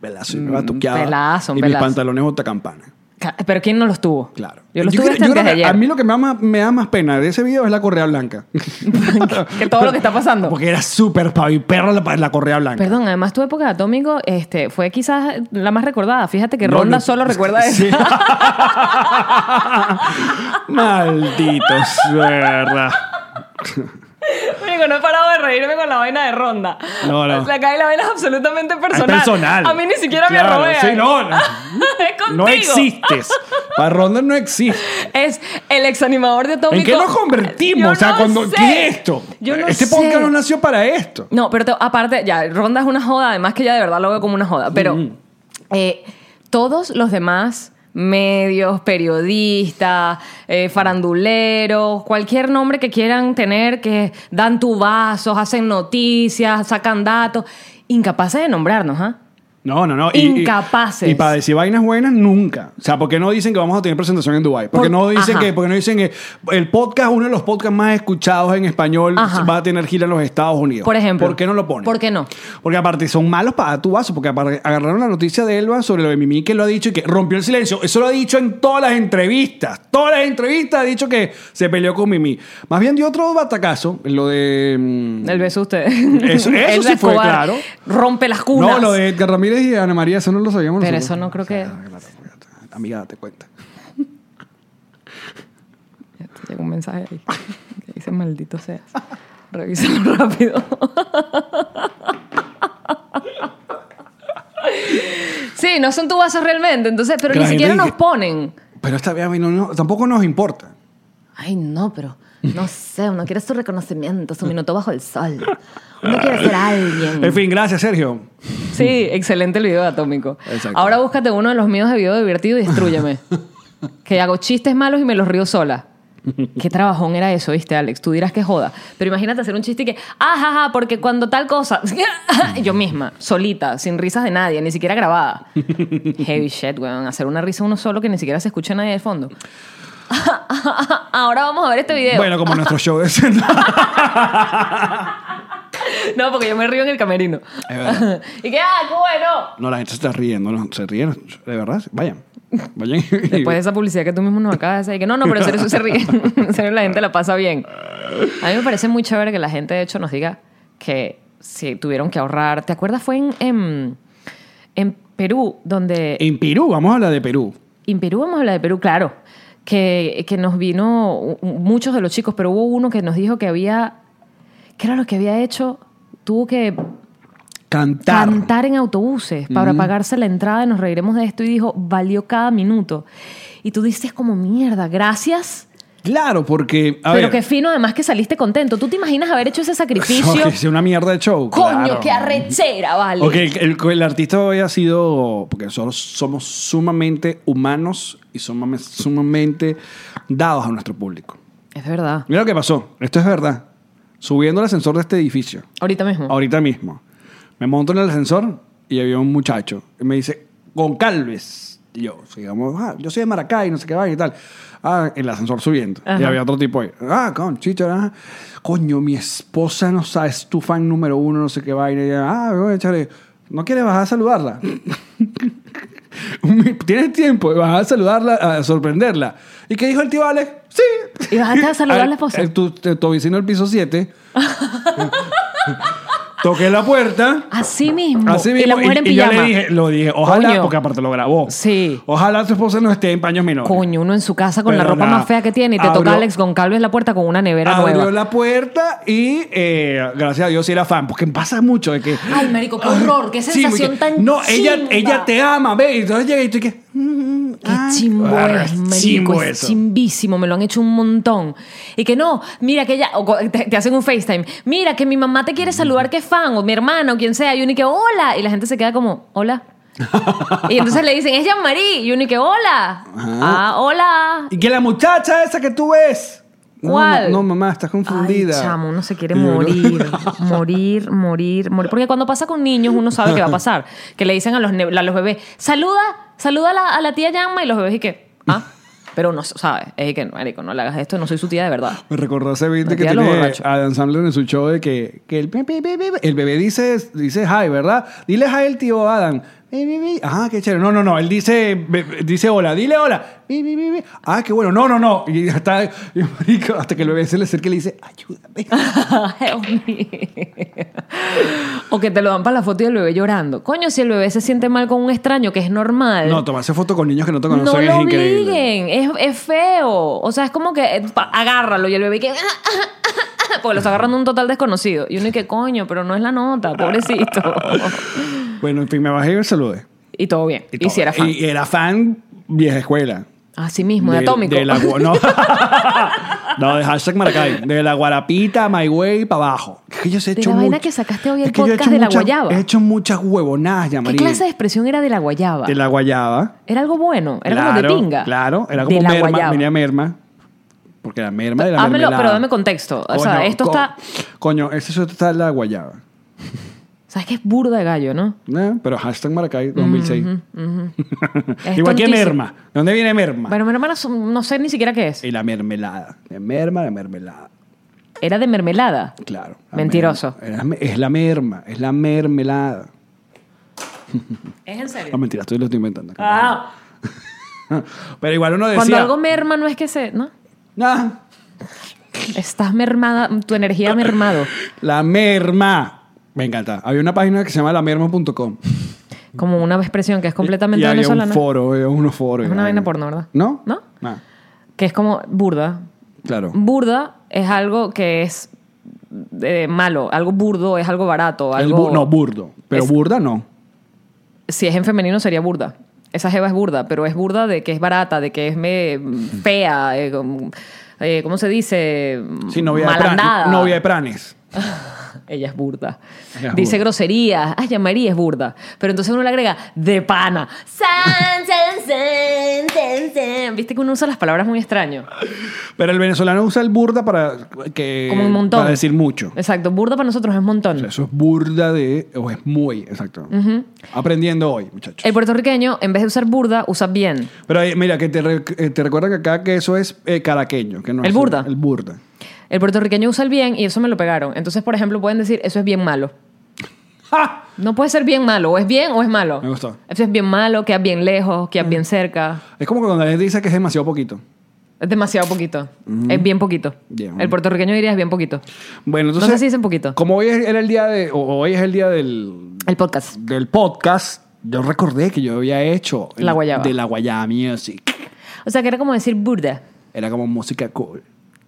Pelazo, y me batuqueaba.
pelazo, un
y mis
pelazo.
pantalones botacampana.
Ca- Pero ¿quién no los tuvo?
Claro.
Yo los
Yo
tuve
creo-
hasta
yo
antes de
creo que
ayer.
a mí lo que me da, más- me da más pena de ese video es la correa blanca.
que todo lo que está pasando.
Porque era súper paviperra la, la correa blanca.
Perdón, además tu época de Atómico este, fue quizás la más recordada. Fíjate que
No,
Ronda
no.
solo recuerda eso.
Sí. Maldito suerda.
Marico, no he parado de reírme con la vaina de Ronda.
No, no. Ah,
O sea, acá la vaina es absolutamente personal.
Es personal.
A mí ni siquiera
Claro,
me rodean.
sí, no, no.
es contigo.
No existes. Para Ronda no existe.
Es el exanimador de Atómico.
¿En qué nos convertimos?
Yo
o sea,
no
cuando,
sé.
¿qué es esto?
Yo no
este
sé.
podcast no nació para esto.
No, pero te- aparte, ya, Ronda es una joda, además que ya de verdad lo veo como una joda. Pero eh, todos los demás medios, periodistas, eh, faranduleros, cualquier nombre que quieran tener, que dan tubazos, hacen noticias, sacan datos, incapaces de nombrarnos, ¿ah?
No, no, no. Y- y-
Incapaces.
Y, para decir vainas buenas, nunca. O sea, ¿por qué no dicen que vamos a tener presentación en Dubái? ¿Por qué
Por-
no dicen
ajá.
que, porque no dicen que el podcast, uno de los podcasts más escuchados en español,
Ajá.
va a tener gira en los Estados Unidos?
Por ejemplo.
¿Por qué no lo ponen?
¿Por qué no?
Porque aparte son malos para tu vaso, porque aparte agarraron la noticia de Elba sobre lo de Mimi que lo ha dicho y que rompió el silencio. Eso lo ha dicho en todas las entrevistas. Todas las entrevistas ha dicho que se peleó con Mimi. Más bien dio otro batacazo, lo de... mm,
El beso a usted.
Eso- eso
Elba
sí fue
Escobar
claro.
Rompe las cunas.
No, lo de Edgar Ramírez y Ana María, eso no lo sabíamos
Pero
nosotros.
eso no creo que-
Amiga, date cuenta.
Llegó un mensaje ahí que dice maldito seas. Revísalo rápido. Sí, no son tubazos realmente, entonces, pero
Que
ni
la
siquiera
gente
nos
dice-
ponen.
Pero esta vez a mí no- no- tampoco nos importa.
Ay, no, pero no sé, uno quiere su reconocimiento, su minuto bajo el sol. Uno quiere ser alguien.
En fin, gracias, Sergio.
Sí, excelente el video de Atómico.
Exacto.
Ahora búscate uno de los míos de video divertido y destrúyeme. que hago chistes malos y me los río sola. Qué trabajón era eso, ¿viste, Alex? Tú dirás que joda. Pero imagínate hacer un chiste y que, ajaja, porque cuando tal cosa. Yo misma, solita, sin risas de nadie, ni siquiera grabada. Heavy shit, weón. Hacer una risa uno solo que ni siquiera se escucha a nadie de fondo. Ahora vamos a ver este video.
Bueno, como nuestro show de
No, porque yo me río en el camerino.
Es verdad.
y que, ah, qué bueno.
No, la gente se está riendo, no, se ríen, de verdad. Vayan. Vayan.
Después de esa publicidad que tú mismo nos acabas de hacer, que no, no, pero en serio, se ríe. En serio, la gente la pasa bien. A mí me parece muy chévere que la gente, de hecho, nos diga que si tuvieron que ahorrar. ¿Te acuerdas? Fue en, en, en Perú, donde.
En Perú, vamos a hablar de Perú.
En Perú, vamos a hablar de Perú, claro. Que, que nos vino u- u- muchos de los chicos, pero hubo uno que nos dijo que había. ¿Qué era lo que había hecho? Tuvo que
Cantar.
cantar en autobuses para pagarse la entrada y nos reiremos de esto y dijo, valió cada minuto. Y tú dices como mierda, gracias.
Claro, porque. A
pero
ver,
qué fino además que saliste contento. ¿Tú te imaginas haber hecho ese sacrificio?
que sea una mierda de show.
Coño,
claro.
qué arrechera, vale.
Ok, el, el- el artista hoy ha sido, porque nosotros somos sumamente humanos y somos sumamente dados a nuestro público.
Es verdad.
Mira lo que pasó, esto es verdad. Subiendo el ascensor de este edificio,
Ahorita mismo.
ahorita mismo, me monto en el ascensor y había un muchacho y me dice, Goncalves. Y yo, digamos, ah, yo soy de Maracay, no sé qué va y tal. Ah, el ascensor subiendo. Y
Ajá.
había otro tipo ahí. Ah, con chicho, ah, coño, mi esposa no sabe, es tu fan número uno, no sé qué vaina. Y yo, ah, voy a echarle. ¿No quieres bajar a saludarla? Tienes tiempo, vas a saludarla, a sorprenderla. ¿Y qué dijo el tío Alex? Sí.
¿Y bajaste a saludar a la esposa?
Eh, Tu, tu- tu vecino del piso 7. Toqué la puerta.
Así mismo.
Así
y la
mismo,
mujer en
y yo
pijama.
le dije, lo dije, ojalá,
Coño.
porque aparte lo grabó.
Sí.
Ojalá tu esposa no esté en paños menores.
Coño, uno en su casa con la
Pero
ropa
nada.
más fea que tiene y te
Abrió-
toca Alex Goncalves la puerta con una nevera
Abrió
nueva.
la puerta y eh, gracias a Dios sí era fan, porque pasa mucho de que.
Ay, marico, qué horror, qué
Sí,
sensación
porque-
tan
No, ella,
chimba.
ella te ama, ve. Y entonces llega y tú que. mm,
Qué
ay,
chimbo
ah,
es, marico,
chimbo
es
eso.
chimbísimo, me lo han hecho un montón. Y que no, mira que ya, o co- te, te hacen un FaceTime, mira que mi mamá te quiere
Mm.
saludar que es fan, o mi hermana, o quien sea, y uno y que hola, y la gente se queda como, hola. y entonces le dicen, es Jean-Marie, y uno y que hola, ah, hola.
Y que la muchacha esa que tú ves No,
¿Cuál?
No, no, mamá, estás confundida.
Ay, chamo, uno se quiere
Y yo, ¿no?
morir, morir, morir, morir. Porque cuando pasa con niños, uno sabe qué va a pasar. Que le dicen a los, ne- a los bebés, saluda, saluda a la, a la tía Yanma y los bebés y que, ah, pero uno sabe, es que, marico, no le hagas esto, no soy su tía de verdad.
Me recordó ese beat
La
que
tía de los
tiene
borrachos.
Adam Sandler en su show de que, que el, pi, pi, pi, pi, el bebé dice, dice hi, ¿verdad? Dile hi el tío Adam. Pi, pi, pi. Ah, qué chévere. No, no, no. Él dice, be- be- dice hola. Dile hola. Pi, pi, pi, pi. Ah, qué bueno. No, no, no. Y hasta, y, marico, hasta que el bebé se le acerca y le dice, ayúdame.
Help me. o que te lo dan para la foto y el bebé llorando. Coño, si el bebé se siente mal con un extraño, que es normal.
No, tomarse foto con niños que no te conocen
No
es
lo
increíble.
obliguen, es, es feo. O sea, es como que eh, pa- agárralo y el bebé que. Porque los agarran un total desconocido. Y uno y que coño, pero no es la nota, pobrecito.
Bueno, en fin, me bajé y me saludé.
y todo bien. Y,
todo.
si era fan.
Y era fan vieja escuela.
Así mismo, de,
Del-
atómico.
de la gua- no. No, de hashtag Maracay. De la guarapita, my way, para abajo. Es que yo sé, he
De
hecho
la vaina
mucho-
que sacaste hoy el
es que yo he
podcast
hecho
de la
muchas-
guayaba.
He hecho muchas huevonadas, ya,
¿Qué
María.
clase de expresión era de la guayaba?
De la guayaba.
Era algo bueno, era
claro,
como de pinga.
Claro, era
de
como
la
merma,
guayaba.
venía merma. Porque la merma de la
Hámelo,
mermelada.
pero dame contexto. O sea,
Coño,
esto
co-
está.
Coño, este sujeto está en la guayaba.
¿Sabes que es burda de gallo, no?
Eh, Pero hashtag Maracay 2006.
Es
Igual que
tontísimo.
merma. ¿De dónde viene merma?
Bueno, mi hermana, no sé ni siquiera qué es.
Y la mermelada. De merma, de mermelada.
Era de mermelada.
Claro. la
Mentiroso.
merma. Es la merma, es la mermelada.
¿Es en serio?
No, mentira, estoy lo estoy inventando.
Ah.
Pero igual uno decía.
Cuando algo merma no es que se, ¿no?
"Nah,
Estás mermada, tu energía ha mermado.
la merma. Me encanta. Había una página que se llama lamerma.com.
Como una expresión que es completamente
y había
venezolana.
un foro, había unos foros.
Es una vaina porno, ¿verdad?
¿No?
¿No?
Ah,
Que es como burda.
claro.
Burda es algo que es eh, malo. Algo burdo es algo barato.
El
Algo...
bu- no, burdo. Pero
Es-
burda no.
Si es en femenino sería burda. Esa jeva es burda, pero es burda de que es barata, de que es me... fea. eh, com- eh, ¿Cómo se dice?
Sí, novia de,
Malandada.
pranes, novia de pranes.
Ella es burda.
Ella es
Dice
burda.
groserías. Ay, ya María es burda. Pero entonces uno le agrega de pana. San, san, san, san, san. Viste que uno usa las palabras muy extraño.
Pero el venezolano usa el burda para, que,
Como un montón.
para decir mucho.
Exacto. Burda para nosotros es montón.
Eso es burda de. O es muy, exacto. Aprendiendo hoy, muchachos.
El puertorriqueño, en vez de usar burda, usa bien.
Pero eh, mira, que te, re- eh, te recuerdan que acá que eso es eh, caraqueño. Que no
¿El
es
burda?
El burda.
El puertorriqueño usa el bien y eso me lo pegaron. Entonces, por ejemplo, pueden decir, eso es bien malo.
¡Ja!
No puede ser bien malo. O es bien o es malo.
Me gustó. Mm.
Eso es bien malo, queda bien lejos, queda bien cerca.
Es como cuando la gente dice que es demasiado poquito.
Es demasiado poquito. Es bien poquito.
Mm. Bien.
El puertorriqueño diría es bien poquito.
Bueno, entonces.
sé si dicen poquito.
Como hoy es- era el día de. o hoy es el día del,
El podcast.
del podcast, yo recordé que yo había hecho. el-
La guayaba.
De la guayaba music.
O sea, que era como decir burda.
Era como música cool.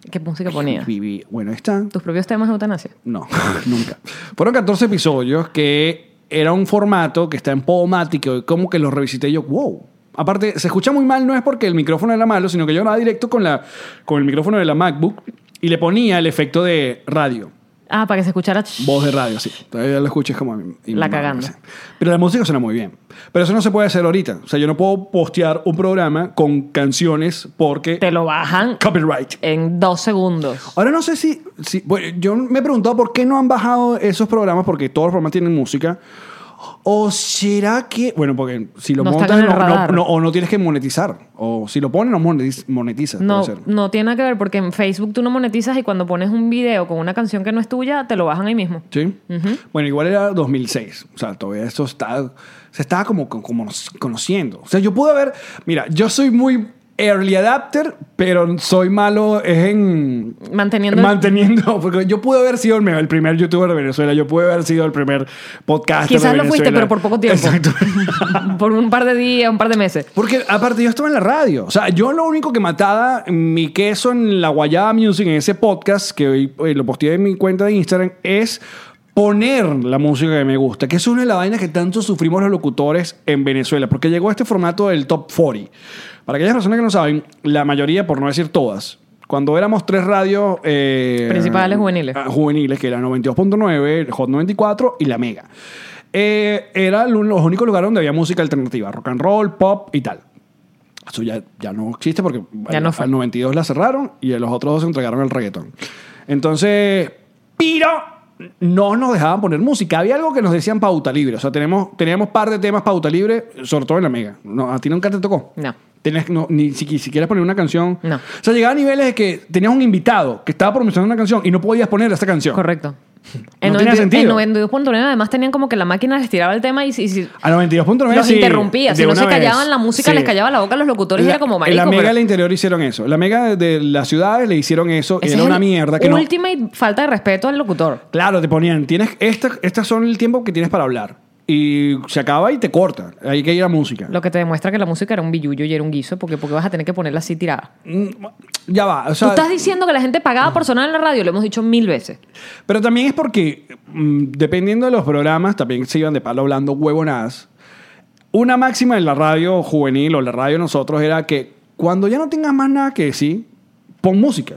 ¿Qué música ponía?
Viví. Bueno, ahí está.
¿Tus propios temas de eutanasia?
No, nunca. Fueron 14 episodios que era un formato que está en Podomatic, que como que lo revisité y yo, wow. Aparte, se escucha muy mal, no es porque el micrófono era malo, sino que yo hablaba directo con, la, con el micrófono de la MacBook y le ponía el efecto de radio,
Ah, para que se escuchara. ch-
voz de radio, sí. Todavía lo escuchas como... a mí- y
La
mi mamá,
cagando.
sí. Pero la música suena muy bien. Pero eso no se puede hacer ahorita. O sea, yo no puedo postear un programa con canciones porque...
Te lo bajan
Copyright.
en dos segundos.
Ahora no sé si, si- bueno, yo me he preguntado por qué no han bajado esos programas, porque todos los programas tienen música. O será que, bueno, porque si lo
No están
montas
en el
no- no-
radar.
no- o no tienes que monetizar, o si lo pones no monetiz- monetizas.
No,
puede ser.
no tiene nada que ver porque en Facebook tú no monetizas y cuando pones un video con una canción que no es tuya, te lo bajan ahí mismo.
¿Sí? Bueno, igual era 2006. O sea, todavía esto está, se estaba como, como nos- conociendo. O sea, yo pude haber, mira, yo soy muy early adapter, pero soy malo es en
Manteniendo...
Manteniendo, porque yo pude haber sido el, mejor- el primer youtuber de Venezuela, yo pude haber sido el primer podcaster.
Quizás
de
lo fuiste,
Venezuela.
pero por poco tiempo.
Exacto.
por un par de días, un par de meses.
Porque aparte yo estaba en la radio. O sea, yo lo único que mataba mi queso en la Guayaba Music, en ese podcast que hoy, eh, lo posteé en mi cuenta de Instagram, es poner la música que me gusta, que es una de las vainas que tanto sufrimos los locutores en Venezuela, porque llegó este formato del Top 40. Para aquellas personas que no saben, la mayoría, por no decir todas, cuando éramos tres radios... eh,
Principales juveniles.
ah, juveniles, que era 92.9, el Hot 94 y la Mega. Eh, era lo- los únicos lugares donde había música alternativa, rock and roll, pop y tal. Eso ya, ya no existe porque
Ya
al-
no fue.
al 92 la cerraron y a los otros dos se entregaron el reggaetón. Entonces, pero no nos dejaban poner música. Había algo que nos decían pauta libre. O sea, tenemos, teníamos par de temas pauta libre, sobre todo en la mega. No, ¿A ti nunca te tocó?
No.
Tenías- no, ni si, si quieres poner una canción.
No.
O sea, llegaba a niveles de que tenías un invitado que estaba promocionando una canción y no podías poner esa canción.
Correcto.
No tenía
En
sentido.
92.9 además tenían como que la máquina les tiraba el tema y, si- y si
A 92.9
los
sí,
interrumpía. Si
de
no
una
se
vez.
callaban la música,
Sí.
les callaba la boca a los locutores y
La-
era como
En
marico.
la mega
pero-
del interior hicieron eso. La mega de las ciudades le hicieron eso. y
Esa
era
es
una
el
mierda que no.
última y falta de respeto al locutor.
Claro, te ponían, tienes estas, estas son el tiempo que tienes para hablar. Y se acaba y te corta. Hay que ir a música.
Lo que te demuestra que la música era un billullo y era un guiso, porque porque vas a tener que ponerla así tirada.
Mm, Ya va. O
Tú
sea,
estás diciendo que la gente pagaba por sonar en la radio, lo hemos dicho mil veces.
Pero también es porque, mm, dependiendo de los programas, también se iban de palo hablando huevonadas. Una máxima en la radio juvenil o la radio de nosotros era que cuando ya no tengas más nada que decir, pon música.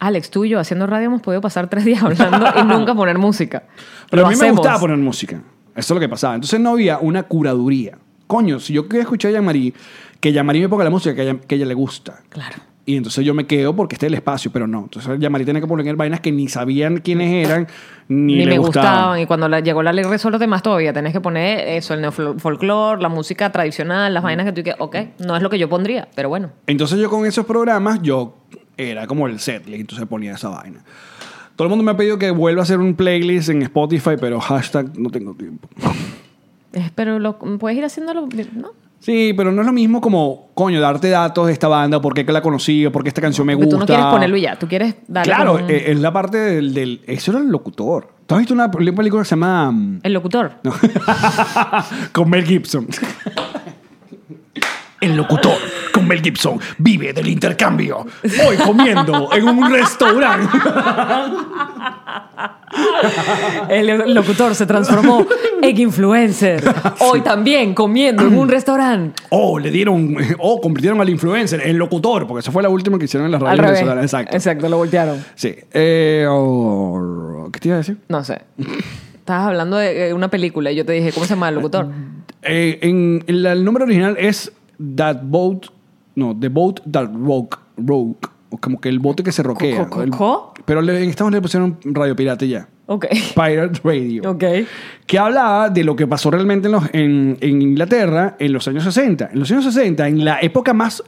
Alex, tú y yo haciendo radio hemos podido pasar tres días hablando y nunca poner música.
Pero
Lo
a mí me
hacemos.
gustaba poner música. Eso es lo que pasaba. Entonces no había una curaduría. Coño, si yo quería escuchar a Yamari, que Yamari me ponga la música que a ella, que a ella le gusta.
Claro.
Y entonces yo me quedo porque este es el espacio, pero no. Entonces Yamari tenía que poner vainas que ni sabían quiénes eran, ni,
Ni,
le
me gustaban.
gustaban.
Y cuando la- llegó la ley Resorte más todavía, tenés que poner eso, el neofolclore, la música tradicional, las vainas que tú y que, ok, no es lo que yo pondría, pero bueno.
Entonces yo con esos programas, yo era como el setlist, entonces ponía esa vaina. Todo el mundo me ha pedido que vuelva a hacer un playlist en Spotify, pero hashtag no tengo tiempo.
Eh, Pero lo, puedes ir haciéndolo, ¿no?
Sí, pero no es lo mismo como, coño, darte datos de esta banda, por qué que la conocí, o por qué esta canción me
Porque
gusta.
tú no quieres ponerlo y ya, tú quieres darle
Claro,
como un-
eh, es la parte del, del- Eso era el locutor. ¿Tú has visto una, una película que se llama... mm,
el locutor.
No. con Mel Gibson. El locutor con Mel Gibson vive del intercambio. Hoy comiendo en un restaurante.
El locutor se transformó en influencer. Hoy también comiendo en un restaurante.
O le dieron, o convirtieron al influencer en locutor, porque esa fue la última que hicieron en las
Al
radios
revés.
venezolanas. Exacto.
Exacto, lo voltearon.
Sí. Eh, oh, ¿Qué te iba a decir?
No sé. Estabas hablando de eh, una película y yo te dije, ¿cómo se llama el locutor?
Eh, en, en la- el nombre original es That Boat. No, The Boat That Rock. Rock o como que el bote que se roquea.
Co- co-
El-
co-
pero le- en Estados Unidos le pusieron Radio Pirata y ya.
Ok.
Pirate Radio.
Ok.
Que hablaba de lo que pasó realmente en, los- en- en Inglaterra en los años 60. En los años 60, en la época más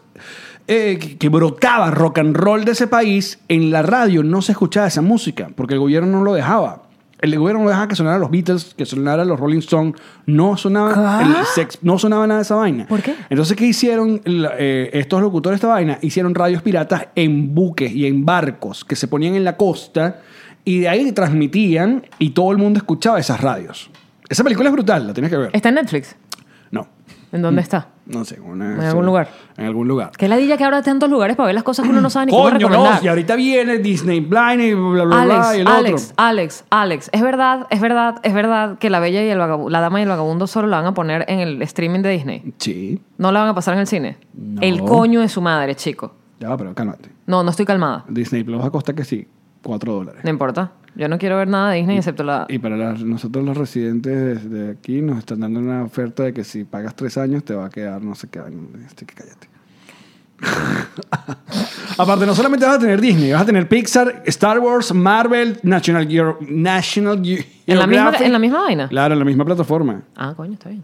eh, que que brotaba rock and roll de ese país, en la radio no se escuchaba esa música porque el gobierno no lo dejaba. El gobierno no dejaba que sonaran los Beatles, que sonaran los Rolling Stones. No sonaba, el sex, no sonaba nada de esa vaina.
¿Por qué?
Entonces, ¿qué hicieron la- eh, estos locutores de esta vaina? Hicieron radios piratas en buques y en barcos que se ponían en la costa y de ahí transmitían y todo el mundo escuchaba esas radios. Esa película es brutal, la tienes que ver.
¿Está en Netflix?
No,
¿En
Mm.
dónde está?
no sé. una-
¿En algún lugar?
En algún lugar.
Qué ladilla que ahora hay tantos lugares para ver las cosas que uno no sabe ni cómo
Coño, no,
recomendar.
y ahorita viene Disney Blind y bla, bla, bla, y
Alex,
el
Alex,
otro.
Alex, Alex, es verdad, es verdad, es verdad que la bella y el vagabundo, la dama y el vagabundo solo la van a poner en el streaming de Disney.
Sí,
No la van a pasar en el cine.
No.
El coño de su madre, chico.
ya va, pero cálmate.
No, no estoy calmada.
Disney Plus va a costar que sí, 4 dólares.
No importa. Yo no quiero ver nada de Disney excepto la.
Y para las- nosotros los residentes de, de aquí nos están dando una oferta de que si pagas tres años te va a quedar no sé qué año. Este, que cállate. Aparte, no solamente vas a tener Disney, vas a tener Pixar, Star Wars, Marvel, National, Geo- National Ge-
¿En la, misma,
Geographic.
¿En la misma vaina?
Claro, en la misma plataforma.
Ah, coño, está bien.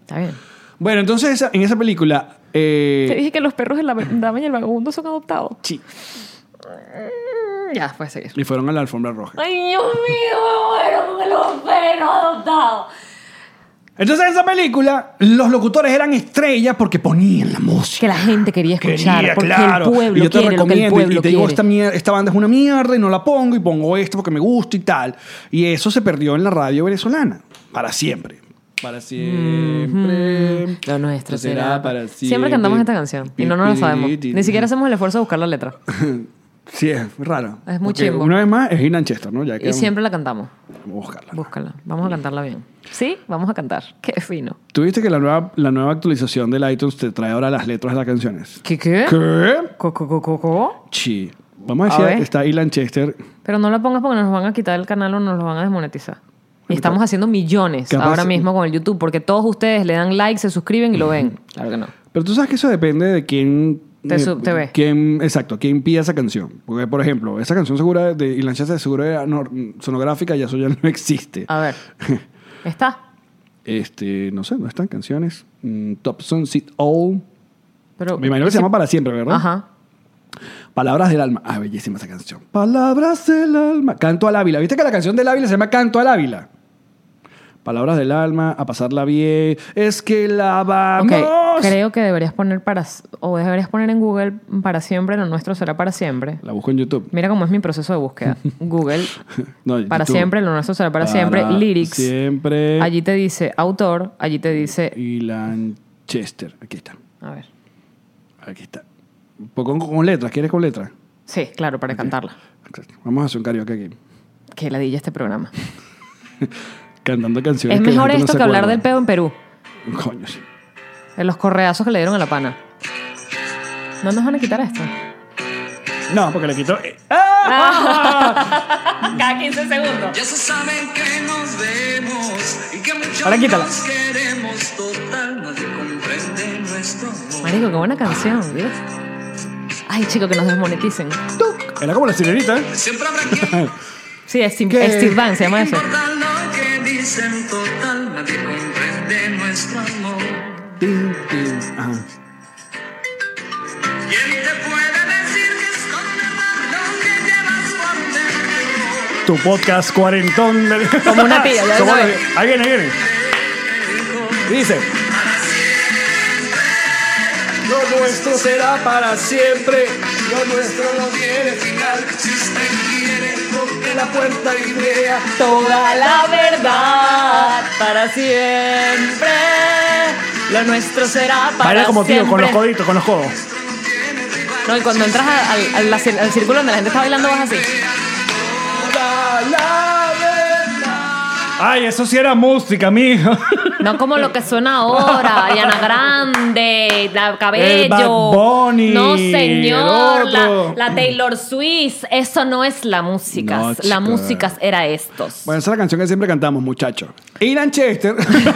está bien.
Bueno, entonces esa- en esa película... eh,
Te dije que los perros de la dama y el vagabundo son adoptados.
sí.
Mm, Ya, puedes seguir.
Y fueron a la alfombra roja.
Ay, Dios mío, me muero con los perros adoptados.
Entonces en esa película los locutores eran estrellas porque ponían la música.
Que la gente quería escuchar.
Quería,
porque
claro.
el pueblo
y yo te
quiere lo que el
recomiendo,
pueblo
y te digo,
quiere.
esta, mier- esta banda es una mierda y no la pongo y pongo esto porque me gusta y tal. Y eso se perdió en la radio venezolana. Para siempre. Para siempre.
Lo nuestro
Esto será para siempre.
Siempre cantamos esta canción y no nos la sabemos. Ni siquiera hacemos el esfuerzo de buscar la letra.
Sí, es raro.
Es muy
Porque
chimbo.
Una vez más es Inanchester, ¿no? Ya que
Y siempre la cantamos.
Vamos a buscarla.
Búscala. Vamos a cantarla bien. Sí, vamos a cantar. Qué fino.
¿Tú viste que la nueva, la nueva actualización del iTunes te trae ahora las letras de las canciones?
¿Qué qué?
¿Qué?
Co, co, co, co, co.
Sí. Vamos a
A
decir,
ver.
está Ilan Chester.
Pero no la pongas porque nos van a quitar el canal o nos lo van a desmonetizar. Y estamos haciendo millones
Capaz-
ahora mismo con el YouTube porque todos ustedes le dan like, se suscriben y lo ven. Claro que no.
Pero tú sabes que eso depende de quién... eh,
Te sub- te ve.
quién- exacto, quién pide esa canción. Porque, por ejemplo, esa canción segura de Ilan Chester seguro era nor- sonográfica y eso ya no existe.
A ver. Está.
Este, no sé, no están canciones. Mm, Top Sun Sit All.
Pero,
Me imagino que se llama Para Siempre, ¿verdad?
Oh, Ajá.
Palabras del alma. Ah, bellísima esa canción. Palabras del alma. Canto al Ávila. ¿Viste que la canción del Ávila se llama Canto al Ávila? Palabras del alma, a pasarla bien. Es que la
Ok,
vamos.
creo que deberías poner para... O deberías poner en Google para siempre, lo nuestro será para siempre.
La busco en YouTube.
Mira cómo es mi proceso de búsqueda. Google,
No, en
para
YouTube.
siempre, lo nuestro será para, siempre, lyrics.
Siempre.
Allí te dice autor, allí te dice...
Y Lanchester. Aquí está.
A ver.
Aquí está. Un poco con, con letras. ¿Quieres con letras?
Sí, claro, para cantarla.
Exacto. Vamos a hacer un karaoke aquí.
Que ladilla este programa.
Cantando canciones.
es
que la
mejor
gente no
esto
se
que hablar
acuerda.
del pedo en Perú.
Coño, sí.
De los correazos que le dieron a la pana. No nos van a quitar esto.
No, porque le quito. eh,
Cada 15 segundos.
Ya se saben que nos vemos y que mucho
Ahora quítala.
nos queremos total, nadie comprende nuestro amor.
Marico, qué buena canción, Dios. Ay, chico, que nos desmoneticen.
tuc. Era como la sirenita. ¿eh?
Siempre habrá quien
Sí, es Steve,
¿Qué?
es Steve Van, se llama eso.
importa lo que dicen total, nadie comprende nuestro amor.
Tin, tin. Ajá.
¿Quién te puede decir que esconde más lo que llevas por dentro?
Tu podcast cuarentón. del-
Como una tía, ya
Como
lo
la-
sabe.
Ahí viene, ahí viene. Dice. Lo nuestro será para siempre. Lo nuestro no tiene final.
Si usted quiere,
Que la puerta idea.
Toda la verdad para siempre. Lo nuestro será para
Baila como tío, con
siempre.
los coditos, con los codos.
No, y cuando entras a- al, al- al- al círculo donde la gente está bailando, vas así.
Ay, eso sí era música, mijo.
No como lo que suena ahora, Ariana Grande, la
El Bad
Cabello.
Bunny,
no, señor,
el
la,
otro.
la Taylor Swift. Eso no es la música.
No,
la
chica.
música era estos.
Bueno, esa es la canción que siempre cantamos, muchachos. Ilan Chester. eh,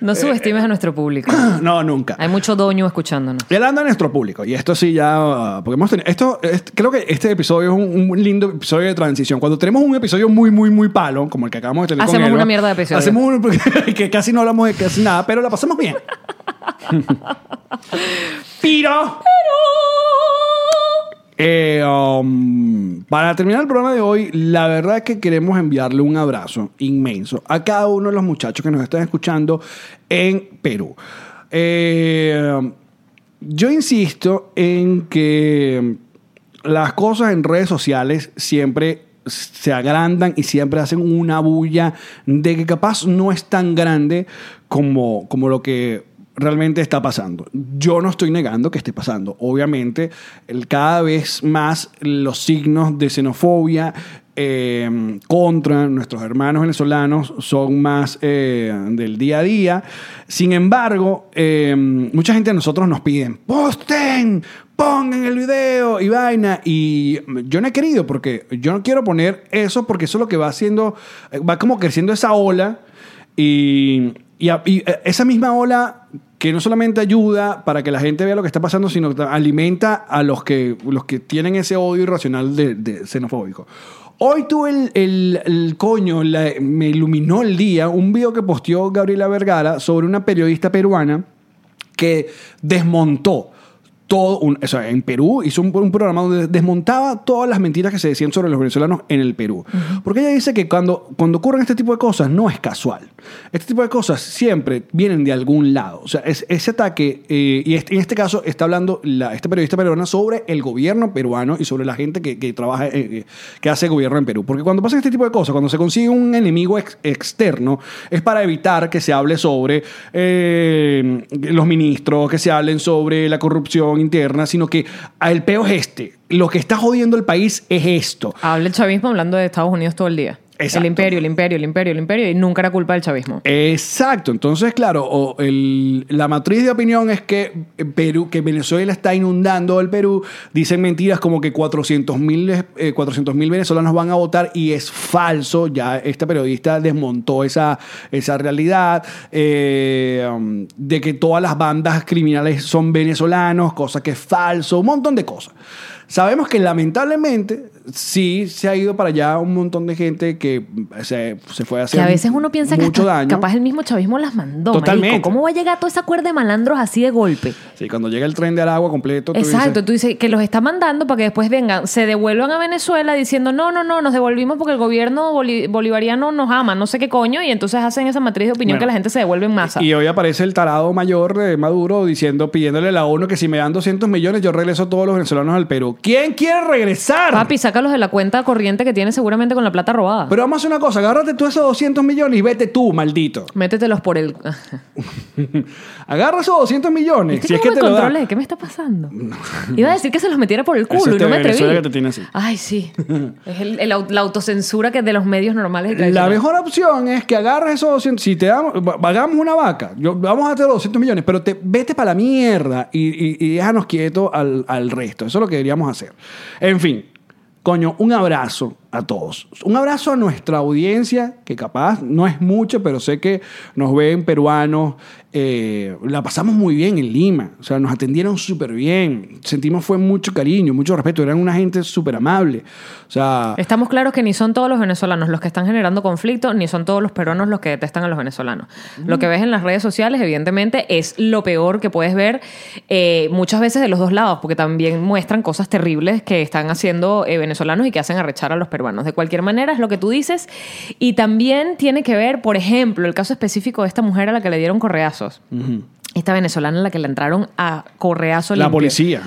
no subestimes a nuestro público.
no, nunca.
Hay mucho doño escuchándonos.
Y hablando de nuestro público, y esto sí ya, uh, porque hemos tenido, esto, es- creo que este episodio es un, un lindo episodio de transición. Cuando tenemos un episodio muy, muy, muy palo, como el que acabamos de tener con
Hacemos
Elba,
una mierda de episodio.
Hacemos un, que casi no hablamos de casi nada, pero la pasamos bien. Piro. Eh, um, para terminar el programa de hoy, la verdad es que queremos enviarle un abrazo inmenso a cada uno de los muchachos que nos están escuchando en Perú. Eh, yo insisto en que las cosas en redes sociales siempre se agrandan y siempre hacen una bulla de que capaz no es tan grande como, como lo que realmente está pasando. Yo no estoy negando que esté pasando. Obviamente, el- cada vez más los signos de xenofobia eh, contra nuestros hermanos venezolanos son más eh, del día a día. Sin embargo, eh, mucha gente de nosotros nos piden, posten, pongan el video y vaina. Y yo no he querido porque yo no quiero poner eso porque eso es lo que va haciendo, eh, va como creciendo esa ola y, y a- y, eh, esa misma ola que no solamente ayuda para que la gente vea lo que está pasando, sino que ta- alimenta a los que, los que tienen ese odio irracional de, de xenofóbico. Hoy tuve el, el- el coño, la- me iluminó el día, un video que posteó Gabriela Vergara sobre una periodista peruana que desmontó todo, un- o sea, en Perú hizo un, un programa donde desmontaba todas las mentiras que se decían sobre los venezolanos en el Perú. Porque ella dice que cuando, cuando ocurren este tipo de cosas no es casual. Este tipo de cosas siempre vienen de algún lado. O sea, es- ese ataque, eh, y este- en este caso está hablando la, esta periodista peruana sobre el gobierno peruano y sobre la gente que, que trabaja, eh, eh, que hace gobierno en Perú. Porque cuando pasan este tipo de cosas, cuando se consigue un enemigo ex- externo, es para evitar que se hable sobre eh, los ministros, que se hablen sobre la corrupción interna, sino que ah, el peo es este. Lo que está jodiendo el país es esto.
Habla el chavismo hablando de Estados Unidos todo el día.
Exacto. Eh,
El imperio, el imperio, el imperio, el imperio, y nunca era culpa del chavismo.
Exacto, entonces claro, o el- la matriz de opinión es que Perú, que Venezuela está inundando el Perú, dicen mentiras como que 400 mil venezolanos van a votar y es falso, ya esta periodista desmontó esa, esa realidad, eh, um, de que todas las bandas criminales son venezolanos, cosa que es falso, un montón de cosas. Sabemos que lamentablemente sí se ha ido para allá un montón de gente que se, se fue a
Que a veces uno piensa que
mucho
hasta
daño.
capaz el mismo chavismo las mandó.
Totalmente.
marico. ¿Cómo va a llegar toda esa cuerda de malandros así de golpe?
Sí, cuando llega el tren de Aragua completo. tú
Exacto,
dices,
tú dices que los está mandando para que después vengan, se devuelvan a Venezuela diciendo, no, no, no, nos devolvimos porque el gobierno boli- bolivariano nos ama, no sé qué coño, y entonces hacen esa matriz de opinión
Bueno.
que la gente se devuelve en masa.
y hoy aparece el tarado mayor de Maduro diciendo, pidiéndole a la ONU que si me dan 200 millones, yo regreso todos los venezolanos al Perú. ¿Quién quiere regresar?
Papi, sácalos de la cuenta corriente que tiene seguramente con la plata robada.
Pero vamos a hacer una cosa, agárrate tú esos 200 millones y vete tú, maldito.
Métetelos por el...
Agarra esos 200 millones.
¿Viste
Si es
cómo
que
me
te lo
controlé?
dan.
¿Qué me está pasando? Iba a decir que se los metiera por el
es
culo y
este
no me atreví.
Venezuela que te tiene así.
Ay, sí. Es el- el au- la autocensura que de los medios normales. y
La
tradicionales.
mejor opción es que agarres esos 200. Si te damos, va- hagamos una vaca, yo- vamos a hacer los 200 millones, pero te, vete para la mierda y, y- y déjanos quieto al, al resto. Eso es lo que deberíamos hacer. En fin, coño, un abrazo a todos. Un abrazo a nuestra audiencia, que capaz no es mucho, pero sé que nos ven peruanos. eh, la pasamos muy bien en Lima. O sea, nos atendieron súper bien. Sentimos fue mucho cariño, mucho respeto. Eran una gente súper amable. O sea.
Estamos claros que ni son todos los venezolanos los que están generando conflicto, ni son todos los peruanos los que detestan a los venezolanos. Lo que ves en las redes sociales, evidentemente, es lo peor que puedes ver eh, muchas veces de los dos lados, porque también muestran cosas terribles que están haciendo eh, venezolanos y que hacen arrechar a los peruanos. De cualquier manera, es lo que tú dices. Y también tiene que ver, por ejemplo, el caso específico de esta mujer a la que le dieron correazos. Esta venezolana a la que le entraron a correazo
La
limpio
policía.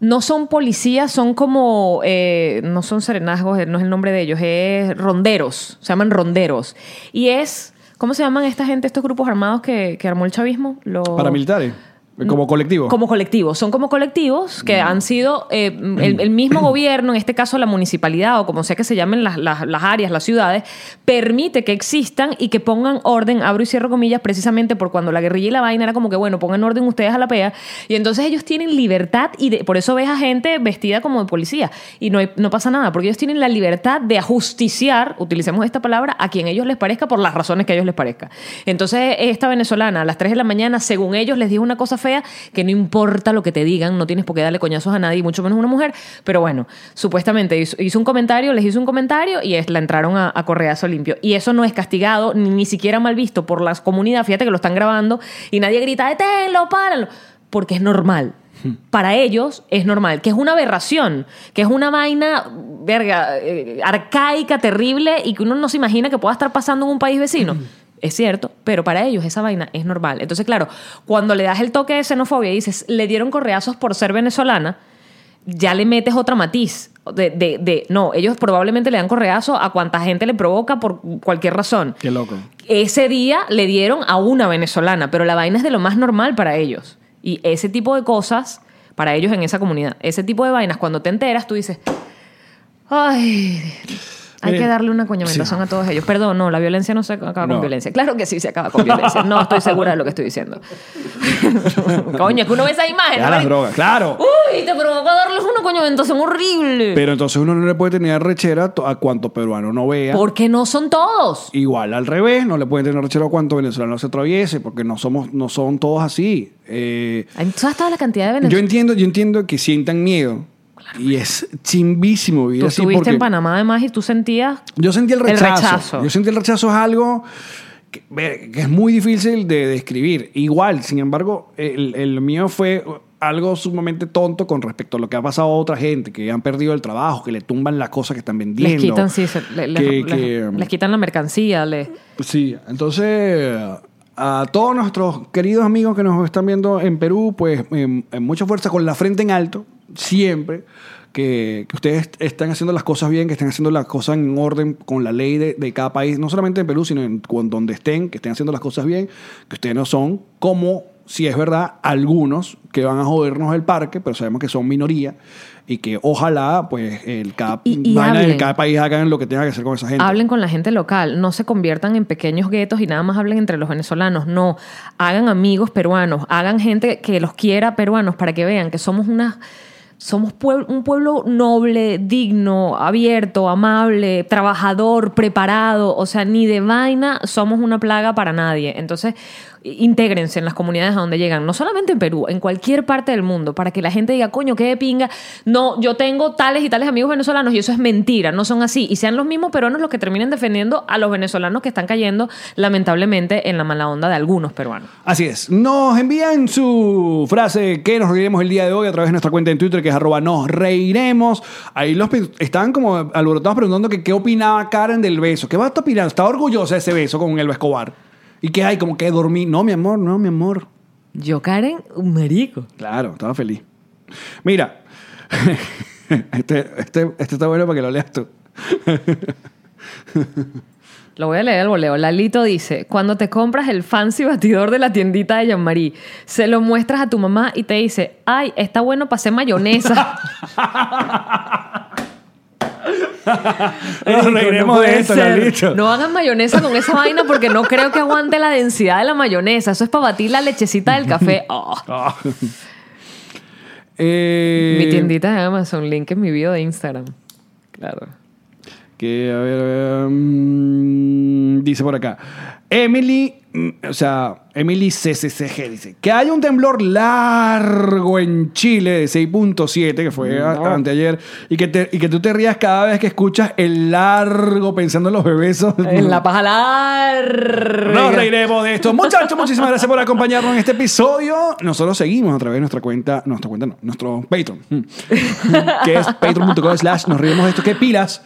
no son policías, son como, eh, no son serenazgos, eh, no es el nombre de ellos, es ronderos, se llaman ronderos. Y es, ¿cómo se llaman esta gente, estos grupos armados que, que armó el chavismo? Los
Paramilitares. eh, Como colectivo.
Como colectivos, son como colectivos que han sido eh, el, el mismo gobierno, en este caso la municipalidad o como sea que se llamen las, las- las áreas, las ciudades, permite que existan y que pongan orden, abro y cierro comillas, precisamente por cuando la guerrilla y la vaina era como que, bueno, pongan orden ustedes a la PEA. Y entonces ellos tienen libertad y de- por eso ves a gente vestida como de policía y no, hay- no pasa nada, porque ellos tienen la libertad de ajusticiar, utilicemos esta palabra, a quien ellos les parezca por las razones que a ellos les parezca. Entonces, esta venezolana a las 3 de la mañana, según ellos, les dijo una cosa fea que no importa lo que te digan, no tienes por qué darle coñazos a nadie, mucho menos a una mujer, pero bueno, supuestamente hizo, hizo un comentario, les hizo un comentario y es, la entraron a, a correazo limpio. Y eso no es castigado ni, ni siquiera mal visto por las comunidades, fíjate que lo están grabando y nadie grita, deténlo, páralo, porque es normal. Para ellos es normal, que es una aberración, que es una vaina verga, eh, arcaica, terrible y que uno no se imagina que pueda estar pasando en un país vecino. Es cierto, pero para ellos esa vaina es normal. Entonces, claro, cuando le das el toque de xenofobia y dices, le dieron correazos por ser venezolana, ya le metes otra matiz. De, de- de- no, ellos probablemente le dan correazo a cuanta gente le provoca por cualquier razón.
Qué loco.
Ese día le dieron a una venezolana, pero la vaina es de lo más normal para ellos. Y ese tipo de cosas, para ellos en esa comunidad, ese tipo de vainas, cuando te enteras, tú dices, ay, hay
Miren,
que darle una coñamentación
sí.
a todos ellos. Perdón, no, la violencia no se acaba
No.
con violencia. Claro que sí se acaba con violencia. No estoy segura de lo que estoy diciendo. Coño, es que uno ve esa imagen.
Ya
¿no?
las drogas, claro.
Uy, te provocó darles una coñamentación horrible.
Pero entonces uno no le puede tener rechera to- a cuanto peruano no vea.
Porque no son todos.
Igual al revés, no le pueden tener rechera a cuanto venezolano se atraviese, porque no somos, no son todos así. Eh,
Hay- ¿Tú has estado la cantidad de
yo
venezolanos?
entiendo, yo entiendo que sientan miedo. Y es chimbísimo vivir
Tú
así
estuviste
porque
en Panamá además y tú sentías
yo sentí el
El
rechazo.
rechazo.
Yo sentí el rechazo es algo que, ver, que es muy difícil de describir. Igual, sin embargo, el, el mío fue algo sumamente tonto con respecto a lo que ha pasado a otra gente, que han perdido el trabajo, que le tumban las cosas que están vendiendo.
Les quitan, sí, se- le- les,
que-
les-
que-
les quitan la mercancía. le-
Sí, entonces a todos nuestros queridos amigos que nos están viendo en Perú, pues en, en mucha fuerza, con la frente en alto, siempre. Que, que ustedes están haciendo las cosas bien, que estén haciendo las cosas en orden con la ley de, de cada país, no solamente en Perú, sino en cu- donde estén, que estén haciendo las cosas bien, que ustedes no son como si es verdad, algunos que van a jodernos el parque, pero sabemos que son minoría y que ojalá, pues, el cada,
Y- y
vaina del
hablen.
cada país hagan lo que tenga que hacer con esa gente.
Hablen con la gente local, no se conviertan en pequeños guetos y nada más hablen entre los venezolanos, no, hagan amigos peruanos, hagan gente que los quiera peruanos para que vean que somos una somos puebl- un pueblo noble, digno, abierto, amable, trabajador, preparado, o sea, ni de vaina somos una plaga para nadie. Entonces, i- intégrense en las comunidades a donde llegan, no solamente en Perú, en cualquier parte del mundo, para que la gente diga, coño, qué de pinga, no, yo tengo tales y tales amigos venezolanos y eso es mentira, no son así. Y sean los mismos peruanos los que terminen defendiendo a los venezolanos que están cayendo, lamentablemente, en la mala onda de algunos peruanos.
Así es. Nos envían su frase que nos reiremos el día de hoy a través de nuestra cuenta en Twitter, que es arroba nos reiremos. Ahí los pe- estaban como alborotados preguntando que qué opinaba Karen del beso. ¿Qué va a estar opinando? ¿Está orgullosa de ese beso con el Escobar? ¿Y qué hay? Como que dormí. No, mi amor, no, mi amor.
Yo, Karen, un marico.
Claro, estaba feliz. Mira, este, este, este está bueno para que lo leas tú.
Lo voy a leer al voleo. Lalito dice, cuando te compras el fancy batidor de la tiendita de Jean-Marie, se lo muestras a tu mamá y te dice, ay, está bueno para hacer mayonesa.
Nos
Marico,
reiremos de
puede
esto,
ser.
Lalito.
No hagan mayonesa con esa vaina porque no creo que aguante la densidad de la mayonesa. Eso es para batir la lechecita del café. Oh.
Ah. Eh,
Mi tiendita de Amazon, link en mi video de Instagram. Claro.
Que, a ver, a ver, mm, dice por acá. Emily, mm, o sea, Emily CCCG dice que hay un temblor largo en Chile de 6.7, que fue a- anteayer, y que, te- y que tú te rías cada vez que escuchas el largo pensando en los bebés.
En la paja larga.
Nos reiremos de esto. Muchachos, muchísimas gracias por acompañarnos en este episodio. Nosotros seguimos a través de nuestra cuenta, nuestra cuenta no, nuestro Patreon, mm, que es patreon.com slash nos reiremos de esto. que pilas!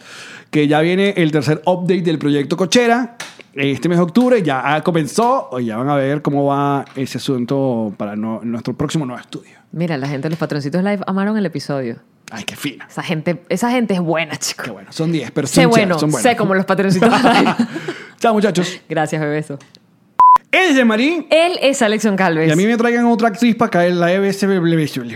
Que ya viene el tercer update del proyecto Cochera. Este mes de octubre ya comenzó. Ya van a ver cómo va ese asunto para no- nuestro próximo nuevo estudio.
Mira, la gente de los patroncitos live amaron el episodio.
Ay, qué fina.
Esa gente, esa gente es buena, chicos.
Qué bueno. Son 10
Sé
personas.
bueno,
son buenas.
sé como los patroncitos live.
Chao, muchachos.
Gracias, bebeso.
Es de Marín.
Él es Alexon Calves.
Y a mí me traigan otra actriz para caer la E EBSBBBB.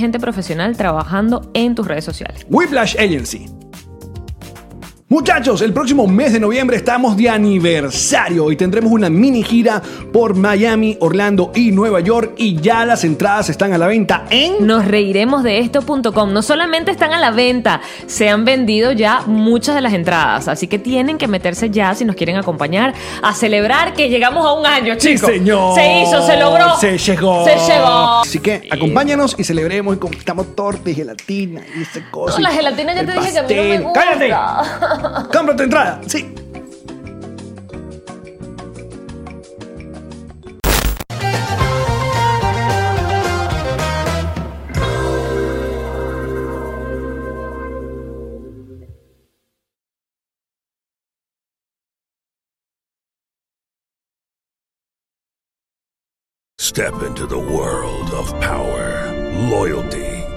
gente profesional trabajando en tus redes sociales.
Whiplash Agency. Muchachos, el próximo mes de noviembre estamos de aniversario y tendremos una mini gira por Miami, Orlando y Nueva York y ya las entradas están a la venta en...
Nos reiremos de esto.com. No solamente están a la venta, se han vendido ya muchas de las entradas. Así que tienen que meterse ya si nos quieren acompañar a celebrar que llegamos a un año,
Sí,
chicos.
señor.
Se hizo, se logró.
Se llegó.
Se llegó.
Así que acompáñanos y celebremos y conquistamos torta y gelatina y ese cosa.
No, la gelatina ya
El
te dije que a mí no me gusta.
pastel. ¡Cállate! ¡Compra tu entrada! Sí.
Step into the world of power, loyalty,